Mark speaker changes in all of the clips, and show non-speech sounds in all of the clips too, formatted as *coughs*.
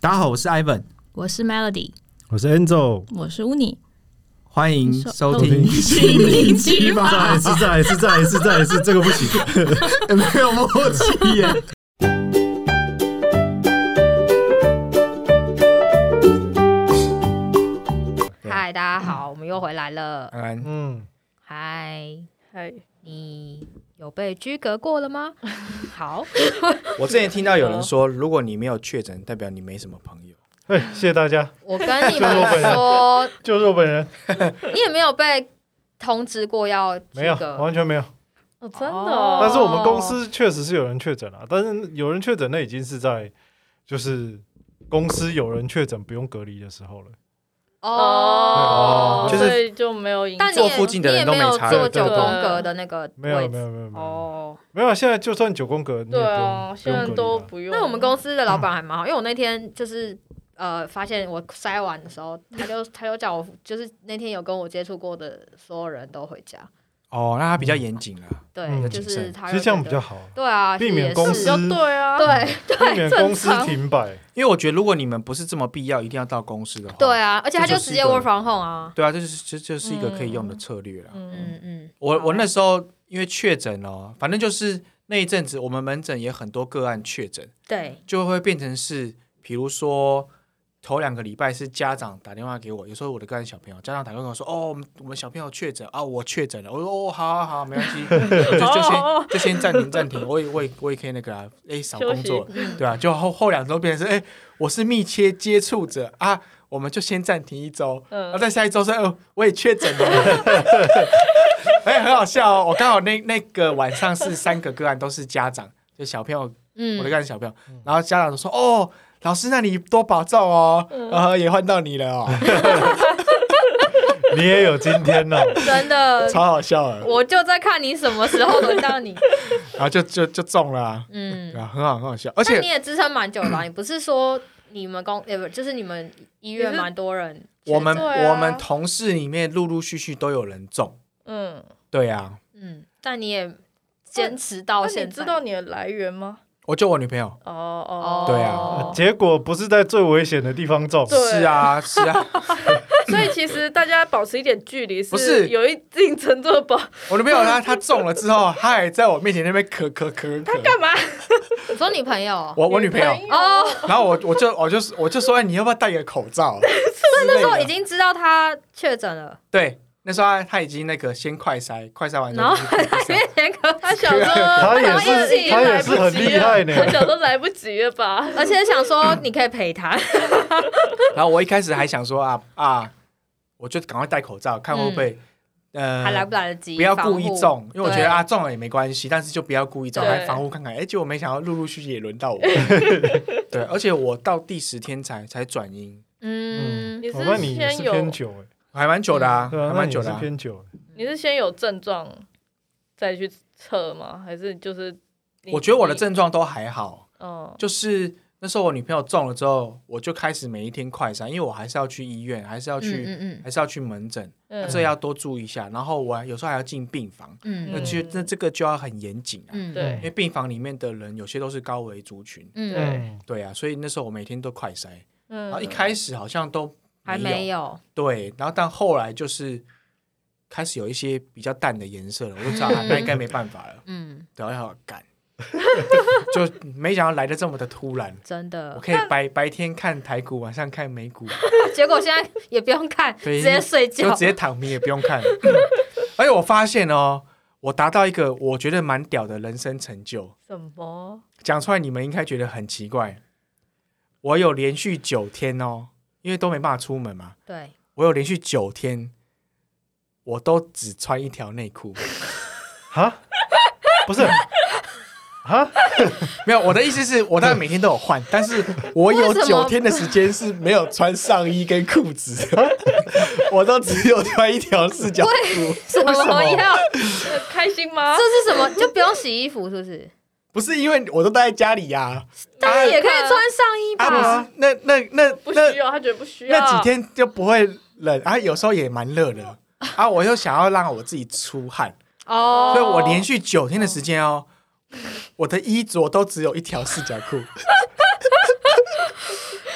Speaker 1: 大家好，我是 Ivan，
Speaker 2: 我是 Melody，
Speaker 3: 我是 Angel，
Speaker 2: 我是 Uni，
Speaker 1: 欢迎收听
Speaker 3: 听。
Speaker 1: *laughs*
Speaker 2: 心灵奇
Speaker 3: 再
Speaker 4: 哎
Speaker 3: 来一次，再来一次，再来一次，再来一次，这个不行。
Speaker 1: 没有默契耶。
Speaker 5: 嗨，大家好，我们又回来了。
Speaker 1: 安安，
Speaker 3: 嗯，
Speaker 5: 嗨，
Speaker 4: 嗨，
Speaker 5: 你有被居隔过了
Speaker 4: *laughs*
Speaker 5: 吗？好，
Speaker 1: 我之前听到有人说，如果你没有确诊，代表你没什么朋友。
Speaker 3: 哎，谢谢大家，
Speaker 5: 我跟你们
Speaker 3: *laughs*
Speaker 5: 说，
Speaker 3: 就是我本人，
Speaker 5: 你也没有被通知过要居
Speaker 3: 没有，
Speaker 5: 隔，
Speaker 3: 完全没有。
Speaker 4: 哦，真的
Speaker 5: 哦
Speaker 3: 但是我们公司确实是有人确诊了，但是有人确诊那已经是在就是公司有人确诊不用隔离的时候了。
Speaker 5: 哦
Speaker 3: 哦，就是
Speaker 4: 所以就没有影响
Speaker 5: 但。你也
Speaker 1: 坐附近的
Speaker 5: 你
Speaker 1: 人
Speaker 5: 也
Speaker 1: 都没
Speaker 5: 没有
Speaker 1: 差
Speaker 5: 做
Speaker 3: 对对
Speaker 5: 九宫
Speaker 4: 对
Speaker 5: 格的那个
Speaker 3: 没有，
Speaker 5: 位
Speaker 3: 没有，
Speaker 5: 置
Speaker 3: 没有，没有，
Speaker 5: 哦。
Speaker 3: 没有。现在就算九宫格，你也不
Speaker 4: 对
Speaker 3: 用
Speaker 4: 啊，
Speaker 3: 不
Speaker 4: 现
Speaker 3: 用
Speaker 4: 在
Speaker 3: 隔离
Speaker 4: 都
Speaker 3: 了
Speaker 4: 不用。
Speaker 5: 那我们公司的老板还蛮好，因为我那天就是。呃，发现我筛完的时候，他就他就叫我，就是那天有跟我接触过的所有人都回家，
Speaker 1: 哦，那他比较严谨啦。
Speaker 5: 对，
Speaker 3: 嗯
Speaker 5: 就
Speaker 1: 谨
Speaker 5: 是
Speaker 1: 慎
Speaker 5: 他
Speaker 3: 其
Speaker 5: 就
Speaker 3: 实这样
Speaker 5: 觉
Speaker 3: 比
Speaker 5: 得
Speaker 3: 较好，
Speaker 5: 对啊，
Speaker 3: 避
Speaker 5: 其实
Speaker 3: 免
Speaker 5: 也
Speaker 3: 公
Speaker 5: 是
Speaker 4: 比较
Speaker 3: 司
Speaker 4: 对啊，
Speaker 5: 对
Speaker 3: 避免公司
Speaker 5: 正常
Speaker 3: 停摆。
Speaker 1: 因为我觉得，如果你们不是这么必要，一定要到公司的话，
Speaker 5: 对啊，而且他就直
Speaker 1: 这就是
Speaker 5: 接
Speaker 1: 一个
Speaker 5: work from home 啊。
Speaker 1: 对啊，这就是这这就是一个可以用的策略啦。
Speaker 4: 嗯，
Speaker 5: 嗯嗯，
Speaker 1: 我
Speaker 5: 好
Speaker 1: 我那时候因为确诊哦，反正就是那一阵子，我们门诊也很多个案确诊，
Speaker 5: 对
Speaker 1: 就会变成是，比如说头两个礼拜是家长打电话给我，有时候我的个人小朋友，家长打电话跟我说，哦，我们我们小朋友确诊啊，我确诊了，我说哦，好好好，没关
Speaker 4: *laughs*
Speaker 1: 系，就就先
Speaker 4: 哦
Speaker 1: 就先暂停暂停，我也我也我也可以那个啊，哎，少
Speaker 4: 休
Speaker 1: 工
Speaker 4: 息
Speaker 1: 作，对啊，就后后两周变成是，哎，我是密切接触者啊。我们就先暂停一周，
Speaker 4: 嗯
Speaker 1: 然后在下一周说，哦，我也确诊了， *laughs* 哎、很好笑哦！我刚好那那个晚上是三个个案都是家长，就小朋友我的
Speaker 5: 嗯，
Speaker 1: 干小朋友，然后家长都说：“哦，老师，那你多保重哦，
Speaker 5: 嗯
Speaker 1: 呃，也换到你了哦，
Speaker 3: 你也有今天
Speaker 4: *laughs*
Speaker 3: 呢，
Speaker 5: 真
Speaker 1: *laughs*
Speaker 5: 的，
Speaker 1: 超好笑的。
Speaker 5: 我就在看你什么时候轮到你。”
Speaker 1: 然后就就就中了啊，
Speaker 5: 嗯
Speaker 1: 对，啊，很好很好笑，而
Speaker 5: 但
Speaker 1: 且
Speaker 5: 你也支撑蛮久了啊，你不是说你们公呃不就是你们医院蛮多人
Speaker 1: 我们
Speaker 4: 对啊
Speaker 1: 我们同事里面陆陆续续都有人中，
Speaker 4: 嗯，
Speaker 1: 对啊，
Speaker 5: 嗯，但你也坚持到
Speaker 4: 那你
Speaker 5: 现在，
Speaker 4: 知道你的来源吗？
Speaker 1: 我救我女朋友，
Speaker 4: 哦哦，
Speaker 1: 对
Speaker 5: 啊
Speaker 3: 结果不是在最危险的地方中，
Speaker 4: 对
Speaker 1: 是啊是
Speaker 5: *laughs*
Speaker 1: 啊，
Speaker 4: 所以其实大家保持一点距离
Speaker 1: 不是
Speaker 4: 有一定程度的保。
Speaker 1: 我女朋友她她中了之后，她还在我面前那边咳咳咳咳，
Speaker 4: 干嘛？
Speaker 5: 你说女朋友
Speaker 1: 我我女朋友，
Speaker 5: 哦，
Speaker 1: 然后我我就我就我就说哎你要不要戴个口
Speaker 5: *laughs*
Speaker 1: 罩？之类
Speaker 5: 那
Speaker 1: 的
Speaker 5: 时候已经知道他确诊了，
Speaker 1: 对。那时候她她已经那个先快筛，快筛完之
Speaker 5: 然
Speaker 1: 后
Speaker 5: 后
Speaker 1: 就去快筛
Speaker 5: 因 *laughs* 为严格，
Speaker 4: 他小时候
Speaker 3: 他也
Speaker 5: 他也
Speaker 3: 是
Speaker 5: 是
Speaker 3: 他也是很厉害呢。
Speaker 4: 我小时候来不及了
Speaker 5: *laughs*
Speaker 4: 吧？
Speaker 5: 而且想说你可以陪他，
Speaker 1: 然后我一开始还想说啊啊，我就赶快戴口罩，看会不会、呃
Speaker 5: 嗯还来不来得及？
Speaker 1: 不要故
Speaker 5: 防
Speaker 1: 意
Speaker 5: 护
Speaker 1: 中，因为我觉
Speaker 5: 对
Speaker 1: 得啊中了也没关系，但是就不要故意中，
Speaker 4: 对
Speaker 1: 来防护看看。哎，结果没想到陆陆续续也轮
Speaker 5: *laughs*
Speaker 1: 到我，对，而且我到第十天才才转阴，
Speaker 5: 嗯，
Speaker 4: 你是
Speaker 3: 哦那你也
Speaker 4: 先
Speaker 3: 是
Speaker 4: 有
Speaker 3: 偏久哎，
Speaker 1: 还蛮久的啊，
Speaker 3: 对啊，
Speaker 1: 还
Speaker 3: 那
Speaker 1: 蛮
Speaker 3: 你
Speaker 1: 久
Speaker 3: 也是
Speaker 1: 的、啊。
Speaker 3: 偏久哎。
Speaker 4: 你是先有症状再去测吗？还是就是你
Speaker 1: 我觉得我的
Speaker 4: 自己
Speaker 1: 症状都还好，
Speaker 4: 哦
Speaker 1: 就是那时候我女朋友中了之后，我就开始每一天快筛，因为我还是要去医院，还是要去、
Speaker 5: 嗯嗯
Speaker 1: 还是要去门诊，
Speaker 4: 嗯
Speaker 1: 这要多注意一下。然后我还有时候还要进病房，
Speaker 5: 嗯
Speaker 1: 那
Speaker 4: 嗯
Speaker 1: 就那这个就要很严谨啊。
Speaker 5: 嗯，
Speaker 4: 对
Speaker 1: 因为病房里面的人有些都是高危族群，
Speaker 5: 嗯
Speaker 4: 对
Speaker 3: 嗯，
Speaker 1: 对啊，所以那时候我每天都快筛，然后啊
Speaker 4: 嗯
Speaker 1: 一开始好像都
Speaker 5: 还
Speaker 1: 没
Speaker 5: 没有，
Speaker 1: 对，然后但后来就是开始有一些比较淡的颜色了，我就知道啊
Speaker 5: 嗯
Speaker 1: 那应该没办法了，
Speaker 5: 嗯，
Speaker 1: 对，要好赶， *laughs* 就没想到来的这么的突然。
Speaker 5: 真
Speaker 1: 我
Speaker 5: 的。
Speaker 1: 可以白白天看台股，晚上看美股，
Speaker 5: 结果现在也不用看，
Speaker 1: 对
Speaker 5: 直接睡
Speaker 1: 就
Speaker 5: 觉
Speaker 1: 直。接躺平也不用看。 *laughs* 而且我发现哦，我达到一个我觉得蛮屌的人生成就，
Speaker 4: 什么？
Speaker 1: 讲出来你们应该觉得很奇怪。我有连续九天哦，因为都没办法出门嘛，
Speaker 5: 对，
Speaker 1: 我有连续九天，我都只穿一条内裤。
Speaker 3: 哈，
Speaker 1: *laughs*
Speaker 3: 不是，哈，
Speaker 1: 没有，我的意思是我当然每天都有换，但是我有
Speaker 5: 为什么
Speaker 1: 九天的时间是没有穿上衣跟裤子， *laughs* 我都只有穿一条四角裤。
Speaker 5: 什么要？
Speaker 1: 啊
Speaker 4: 呃开心吗
Speaker 5: 这？是什么？就不用洗衣服是不是？
Speaker 1: 不是因为我都待在家里呀、
Speaker 5: 但是也可以穿上衣
Speaker 1: 啊，
Speaker 5: 吧？
Speaker 1: 不是，那那那
Speaker 4: 不
Speaker 1: 那
Speaker 4: 需要，他啊觉得不需要。
Speaker 1: 那几天就不会冷啊，有时候也蛮热的啊，我又想要让我自己出汗，
Speaker 5: 哦
Speaker 1: 所以我连续九天的时间哦，我的衣着都只有一条四角裤，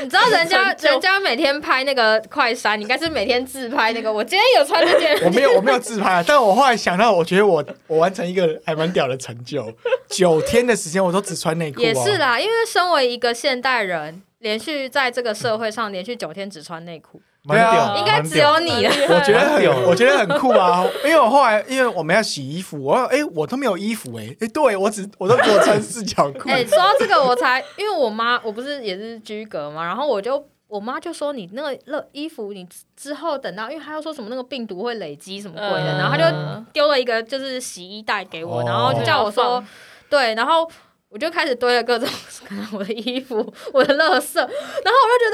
Speaker 5: 你知道人家
Speaker 4: 成就
Speaker 5: 人家每天拍那个快闪，你应该是每天自拍那个。我今天有穿这件，
Speaker 1: 我没有，我没有自拍啊，但我后来想到，我觉得我我完成一个还蛮屌的成就，九天的时间我都只穿内裤、哦，
Speaker 5: 也是啦，因为身为一个现代人，连续在这个社会上连续九天只穿内裤，
Speaker 3: 蛮
Speaker 1: 对啊
Speaker 3: 屌的，
Speaker 5: 应该
Speaker 3: 蛮
Speaker 5: 只
Speaker 3: 屌
Speaker 5: 有
Speaker 3: 的
Speaker 5: 你了。
Speaker 1: 我 *laughs* 觉得
Speaker 3: 蛮屌
Speaker 1: 很，
Speaker 3: 的
Speaker 1: 我觉得很酷啊！ *laughs* 因为我后来，因为我们要洗衣服，我哎、我都没有衣服哎、哎、对我只我都只有穿四角裤，*laughs*
Speaker 5: *laughs* 哎、说到这个，我才因为我妈，我不是也是居隔嘛，然后我就我妈就说你那个热衣服，你之后等到，因为她要说什么那个病毒会累积什么鬼的，
Speaker 4: 嗯
Speaker 5: 然后她就丢了一个就是洗衣袋给我，
Speaker 3: 哦
Speaker 5: 然后就叫我说
Speaker 4: 放
Speaker 5: 对，然后。我就开始堆了各种可能我的衣服、我的垃圾，然后我就觉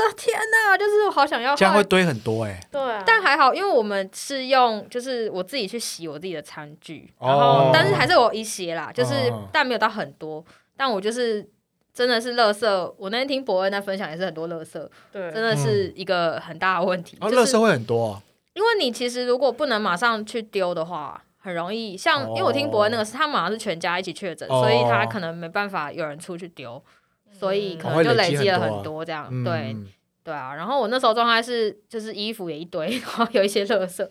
Speaker 5: 得天哪，就是我好想要
Speaker 1: 这样
Speaker 5: 换
Speaker 1: 会堆很多哎、
Speaker 4: 对啊，
Speaker 5: 但还好，因为我们是用就是我自己去洗我自己的餐具，
Speaker 1: 哦
Speaker 5: 然后但是还是有一些啦，就是、
Speaker 1: 哦
Speaker 5: 但没有到很多。但我就是真的是乐色，我那天听伯恩在分享也是很多乐色，
Speaker 4: 对
Speaker 5: 真的是一个很大的问题。
Speaker 1: 然后
Speaker 5: 就
Speaker 1: 嗯哦垃
Speaker 5: 是
Speaker 1: 圾会很多、哦，
Speaker 5: 因为你其实如果不能马上去丢的话，很容易像
Speaker 1: 哦
Speaker 5: 因为我听伯恩那个是他马上是全家一起确诊，
Speaker 1: 哦
Speaker 5: 所以他可能没办法有人出去丢，所以可
Speaker 1: 哦会
Speaker 5: 能就
Speaker 1: 累
Speaker 5: 累
Speaker 1: 积
Speaker 5: 积了
Speaker 1: 很多
Speaker 5: 很
Speaker 1: 啊
Speaker 5: 多这样。
Speaker 1: 嗯
Speaker 5: 对，对啊，然后我那时候状态是，就是衣服也一堆， *laughs* 然后有一些垃圾，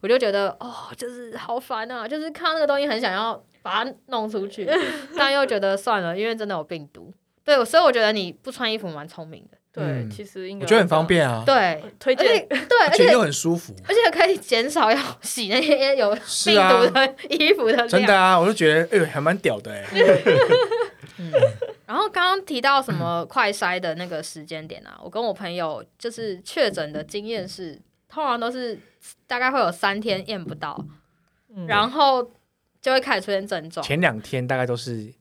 Speaker 5: 我就觉得哦，就是好烦啊，就是看到那个东西很想要把它弄出去，但又觉得算了，因为真的有病毒。对，我所以我觉得你不穿衣服蛮聪明的，
Speaker 4: 对，
Speaker 1: 嗯
Speaker 4: 其实应该
Speaker 1: 我觉得很方便啊，
Speaker 5: 对，
Speaker 4: 推
Speaker 5: 而且
Speaker 4: 荐 *laughs*
Speaker 5: 对，
Speaker 1: 而
Speaker 5: 而
Speaker 1: 且
Speaker 5: 且
Speaker 1: 又很舒服，
Speaker 5: 而且可以减少要洗那些有
Speaker 1: 是
Speaker 5: 病
Speaker 1: 啊
Speaker 5: 毒的衣服的
Speaker 1: 真
Speaker 5: 量。
Speaker 1: 的啊，我就觉得哎、还蛮屌的哎、
Speaker 5: 嗯，然后刚刚提到什么快筛的那个时间点啊，我跟我朋友就是确诊的经验是，通常都是大概会有三天验不到，
Speaker 4: 嗯
Speaker 5: 然后就会开始出现症状。
Speaker 1: 前两天大概都是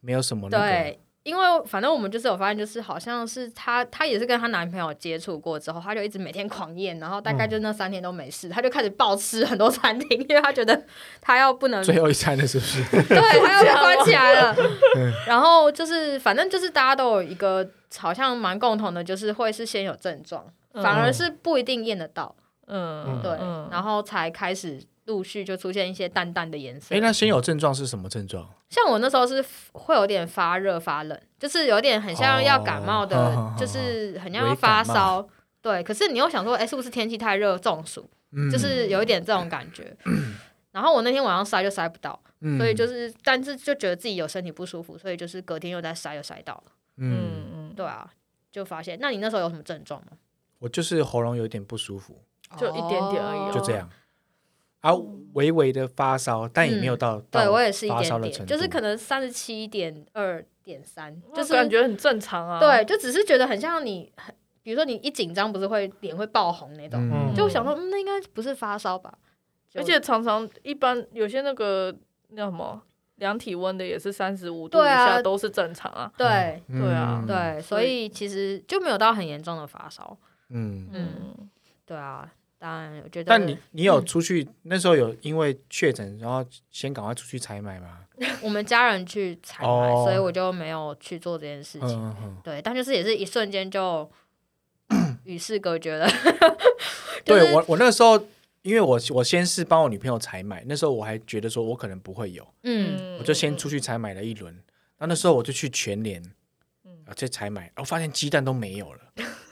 Speaker 1: 没有什么那个，
Speaker 5: 对，因为反正我们就是有发现，就是好像是她，她也是跟她男朋友接触过之后，她就一直每天狂验，然后大概就那三天都没事，她就开始暴吃很多餐厅，因为她觉得她要不能
Speaker 1: 最后一餐了是不是？
Speaker 5: 对，还有被关起来了。然后就是，反正就是大家都有一个好像蛮共同的，就是会是先有症状，
Speaker 4: 嗯
Speaker 5: 反而是不一定验得到，
Speaker 4: 嗯
Speaker 5: 对，
Speaker 4: 嗯
Speaker 5: 然后才开始陆续就出现一些淡淡的颜
Speaker 1: *laughs*
Speaker 5: 色。
Speaker 1: 哎、那先有症状是什么症状？
Speaker 5: 像我那时候是会有点发热发冷，就是有点很像要感冒的，
Speaker 1: 哦好好好
Speaker 5: 就是很像
Speaker 1: 微
Speaker 5: 要
Speaker 1: 感
Speaker 5: 发
Speaker 1: 冒
Speaker 5: 烧。对，可是你又想说，哎、是不是天气太热中暑？
Speaker 1: 嗯
Speaker 5: 就是有一点这种感
Speaker 1: *clears throat*
Speaker 5: 觉。然后我那天晚上塞就塞不到，
Speaker 1: 嗯
Speaker 5: 所以就是，但是就觉得自己有身体不舒服，所以就是隔天又再塞，又塞到了。
Speaker 1: 嗯，
Speaker 4: 嗯
Speaker 5: 对啊，就发现。那你那时候有什么症状吗？
Speaker 1: 我就是喉咙有点不舒服，
Speaker 4: 就一点点而已啊
Speaker 1: 哦
Speaker 5: 嗯
Speaker 1: 就这。样。啊，微微的发烧，但也没有到、到
Speaker 5: 嗯对我也是一
Speaker 1: 发烧
Speaker 5: 点
Speaker 1: 的
Speaker 5: 点，
Speaker 1: 程
Speaker 5: 就是
Speaker 1: 度
Speaker 5: 可能三十七点二点三，
Speaker 4: 就
Speaker 5: 就是
Speaker 4: 是感觉很正常啊。
Speaker 5: 对，，就只是觉得很像你，很比如说你一紧张不是会脸会爆红那种，
Speaker 1: 嗯
Speaker 5: 就想说、嗯、那应该不是发烧吧？就
Speaker 4: 而且常常一般有些那个那什么量体温的也是三十五度以
Speaker 5: 对啊
Speaker 4: 下都是正常啊。
Speaker 5: 对、
Speaker 4: 对啊
Speaker 5: 对，所
Speaker 4: 所以
Speaker 5: 以其实就没有到很严重的发烧。
Speaker 1: 嗯。
Speaker 5: 嗯
Speaker 4: 嗯，
Speaker 5: 对啊，当然我觉得，
Speaker 1: 但你你
Speaker 5: 嗯
Speaker 1: 有出去、那时候有因为确诊，然后先赶快出去采买吗？
Speaker 5: 我们家人去采买，
Speaker 1: 哦
Speaker 5: 所以我就没有去做这件事情。
Speaker 1: 嗯嗯，
Speaker 5: 对，但就是也是一瞬
Speaker 1: *coughs*
Speaker 5: 间就与世隔绝了。就是
Speaker 1: 对我我那时候，因为我我先是帮我女朋友采买，那时候我还觉得说我可能不会有，
Speaker 5: *laughs* 嗯，
Speaker 1: 我就先出去采买了一轮。那那时候我就去全联，啊，去采买，我发现鸡蛋都没有
Speaker 5: *laughs*
Speaker 1: 了。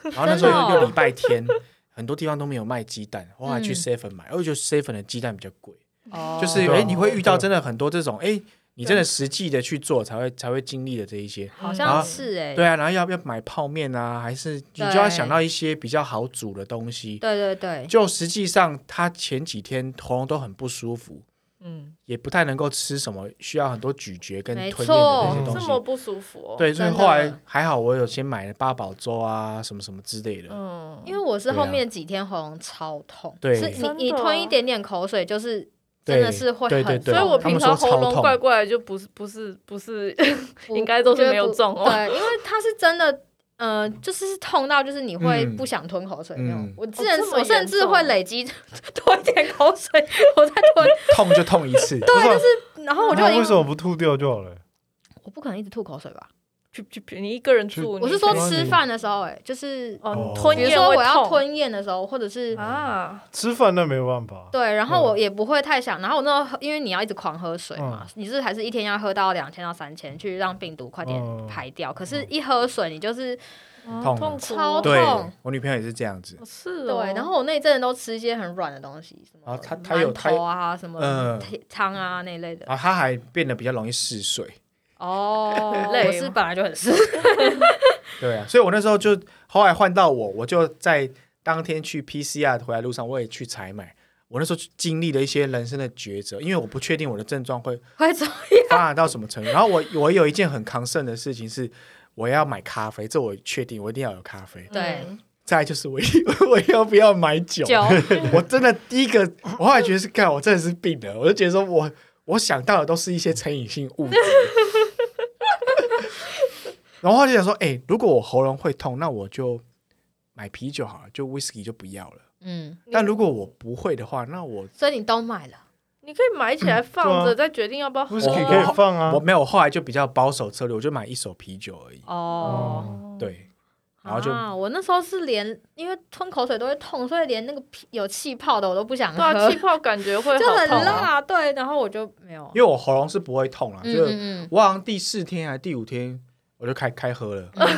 Speaker 1: 然后那时候
Speaker 5: 嗯真的哦
Speaker 1: 又又礼拜天，很多地方都没有卖鸡蛋，后来去
Speaker 5: 嗯
Speaker 1: seven 买，我觉得 seven 的鸡蛋比较贵，
Speaker 4: 嗯
Speaker 5: 哦
Speaker 1: 就是
Speaker 3: 对啊
Speaker 1: 哎，你会遇到
Speaker 3: 对
Speaker 1: 真的很多这种哎，你真的实际的去做才会才会经历的这一些。
Speaker 5: 好
Speaker 1: 啊
Speaker 5: 像是哎、
Speaker 1: 对啊，然后要不要买泡面啊？还是你就要想到一些比较好煮的东西。
Speaker 5: 对对对，
Speaker 1: 就实际上，他前几天喉咙都很不舒服，
Speaker 4: 嗯，
Speaker 1: 也不太能够吃什么需要很多咀嚼跟
Speaker 5: 没
Speaker 1: 吞咽的
Speaker 5: 错
Speaker 1: 这些
Speaker 3: 嗯
Speaker 1: 东
Speaker 4: 这
Speaker 1: 西。
Speaker 4: 么不舒服哦。，
Speaker 1: 对，所以
Speaker 5: 真的
Speaker 1: 后来还好，我有先买了八宝粥啊，什么什么之类的。
Speaker 4: 嗯，
Speaker 5: 因为我是后面几天喉咙超痛，
Speaker 1: 啊对
Speaker 5: 是你
Speaker 4: 真的
Speaker 5: 你吞一点点口水就是。真的是会
Speaker 1: 对
Speaker 5: 很
Speaker 1: 对对
Speaker 5: 痛，
Speaker 1: 啊
Speaker 4: 所以我
Speaker 1: 他
Speaker 4: 平
Speaker 1: 们
Speaker 4: 常
Speaker 1: 说
Speaker 4: 喉
Speaker 1: 超
Speaker 4: 咙
Speaker 1: 痛
Speaker 4: 怪怪的，就不是不是不是， *laughs*
Speaker 5: 我
Speaker 4: 应该都是
Speaker 5: 我觉得
Speaker 4: 没有
Speaker 5: 不
Speaker 4: 中哦
Speaker 5: 对，因为它是真的，呃，就是是痛到就是你会
Speaker 1: 嗯
Speaker 5: 不想吞口水那种
Speaker 1: 嗯。
Speaker 5: 我之前
Speaker 4: 这么
Speaker 5: 我甚
Speaker 4: 严
Speaker 5: 至
Speaker 4: 重
Speaker 5: 会累积 *laughs* 多一点口水，我再吞，
Speaker 1: 痛就痛一次，
Speaker 3: 对，就是啊
Speaker 5: 然后我就已
Speaker 3: 那
Speaker 5: 经
Speaker 3: 为什么不吐掉就好了？
Speaker 5: 我不可能一直吐口水吧？
Speaker 4: 去去去，你一个人住，
Speaker 5: 我
Speaker 4: 哦你
Speaker 5: 是说
Speaker 4: 可以
Speaker 5: 吃饭的时候、哎，就是
Speaker 4: 哦，
Speaker 3: 哦
Speaker 4: 吞
Speaker 5: 比如
Speaker 4: 咽
Speaker 5: 说
Speaker 4: 会
Speaker 5: 我要
Speaker 4: 痛
Speaker 5: 吞咽的时候，或者是
Speaker 4: 啊，
Speaker 3: 吃饭那没有办法，
Speaker 5: 对，然后我也不会太想，然后我那时候因为你要一直狂喝水嘛，你是还是一天要喝到两千到三千，去让病毒快点
Speaker 3: 嗯
Speaker 5: 排掉。可是，一喝水你就是
Speaker 4: 啊
Speaker 1: 痛
Speaker 4: 痛苦
Speaker 5: 超
Speaker 4: 哦
Speaker 1: 对
Speaker 5: 痛嗯
Speaker 1: 我女朋友也是这样子
Speaker 4: 哦，是哦，
Speaker 5: 对，然后我那一阵子都吃一些很软的东西，什
Speaker 1: 啊
Speaker 5: 么
Speaker 1: 他他有
Speaker 5: 馒头啊，什么
Speaker 1: 嗯
Speaker 5: 铁汤啊那一类的。
Speaker 1: 然后她还变得比较容易嗜睡。
Speaker 5: *laughs* 哦，
Speaker 4: 累
Speaker 5: 我是
Speaker 4: 吗
Speaker 5: 本来就很湿，
Speaker 1: 对啊，所以我那时候就后来换到我，我就在当天去 PCR 回来路上，我也去采买。我那时候经历了一些人生的抉择，因为我不确定我的症状会
Speaker 5: *laughs* 会怎
Speaker 1: 发展到什么程度。然 *laughs* 后我我有一件很抗胜的事情是，我要买咖啡，这我确定我一定要有咖啡。
Speaker 5: 对
Speaker 1: 再来就是我 *laughs* 我要不要买酒？ *laughs*
Speaker 5: 酒
Speaker 1: 我真的第一个，我后来觉得是，干，我真的是病了。我就觉得说我我想到的都是一些成瘾性物质。 *laughs* 然后我就想说，哎、如果我喉咙会痛，那我就买啤酒好了，就 whisky 就不要了。
Speaker 5: 嗯，
Speaker 1: 但如果我不会的话，那我
Speaker 5: 所以你都买了，
Speaker 4: 你可以买起来放
Speaker 3: 对
Speaker 4: 着，
Speaker 3: 啊
Speaker 4: 再决定要不要喝
Speaker 3: 威
Speaker 4: 啊。
Speaker 3: 士忌可以放啊
Speaker 1: 我，没有。后来就比较保守策略，我就买一手啤酒而已。
Speaker 5: 嗯
Speaker 3: 嗯
Speaker 5: 哦。
Speaker 4: 哦，
Speaker 1: 对，然后就
Speaker 5: 啊，我那时候是连因为吞口水都会痛，所以连那个屁有气泡的我都不想
Speaker 4: 对啊，
Speaker 5: *laughs* 喝
Speaker 4: 气，泡感觉会
Speaker 5: 就
Speaker 4: 好
Speaker 5: 很
Speaker 4: 痛啊。
Speaker 5: 辣。对，然后我就没有。
Speaker 1: 因为我喉咙是不会痛啦，就
Speaker 5: 嗯嗯
Speaker 1: 我好像第四天还是第五天我就开开喝了。
Speaker 5: 嗯，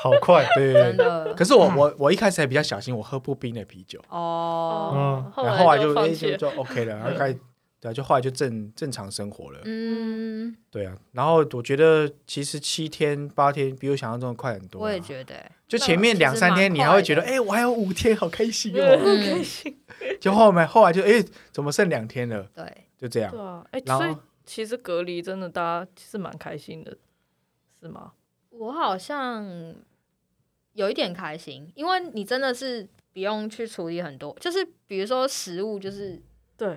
Speaker 3: 好快，
Speaker 1: 对对
Speaker 5: 真
Speaker 1: 对。
Speaker 5: 的
Speaker 1: 可是我我我一开始还比较小心，我喝不冰的啤酒。
Speaker 5: 哦，
Speaker 4: 哦
Speaker 3: 嗯，
Speaker 4: 后
Speaker 1: 然后后来
Speaker 4: 就
Speaker 1: 就哎
Speaker 4: 放
Speaker 1: 就
Speaker 4: 弃。
Speaker 1: 就 OK 了，然后开始对啊，就后来就正正常生活了，
Speaker 5: 嗯，
Speaker 1: 对啊。然后我觉得其实七天八天比我想象中的快很多啊，
Speaker 5: 我也觉得欸，
Speaker 1: 就前面两三天你还会觉得哎、我还有五天，好开心
Speaker 4: *laughs*
Speaker 1: 哦。
Speaker 5: 嗯
Speaker 4: 很嗯开心，
Speaker 1: 就后面后来就哎、怎么剩两天了？
Speaker 5: 对，
Speaker 1: 就这样
Speaker 4: 对。啊，哎，
Speaker 1: 然
Speaker 4: 所以
Speaker 1: 后
Speaker 4: 其实隔离真的大家是蛮开心的，是吗？
Speaker 5: 我好像有一点开心，因为你真的是不用去处理很多，就是比如说食物，就是
Speaker 4: 对，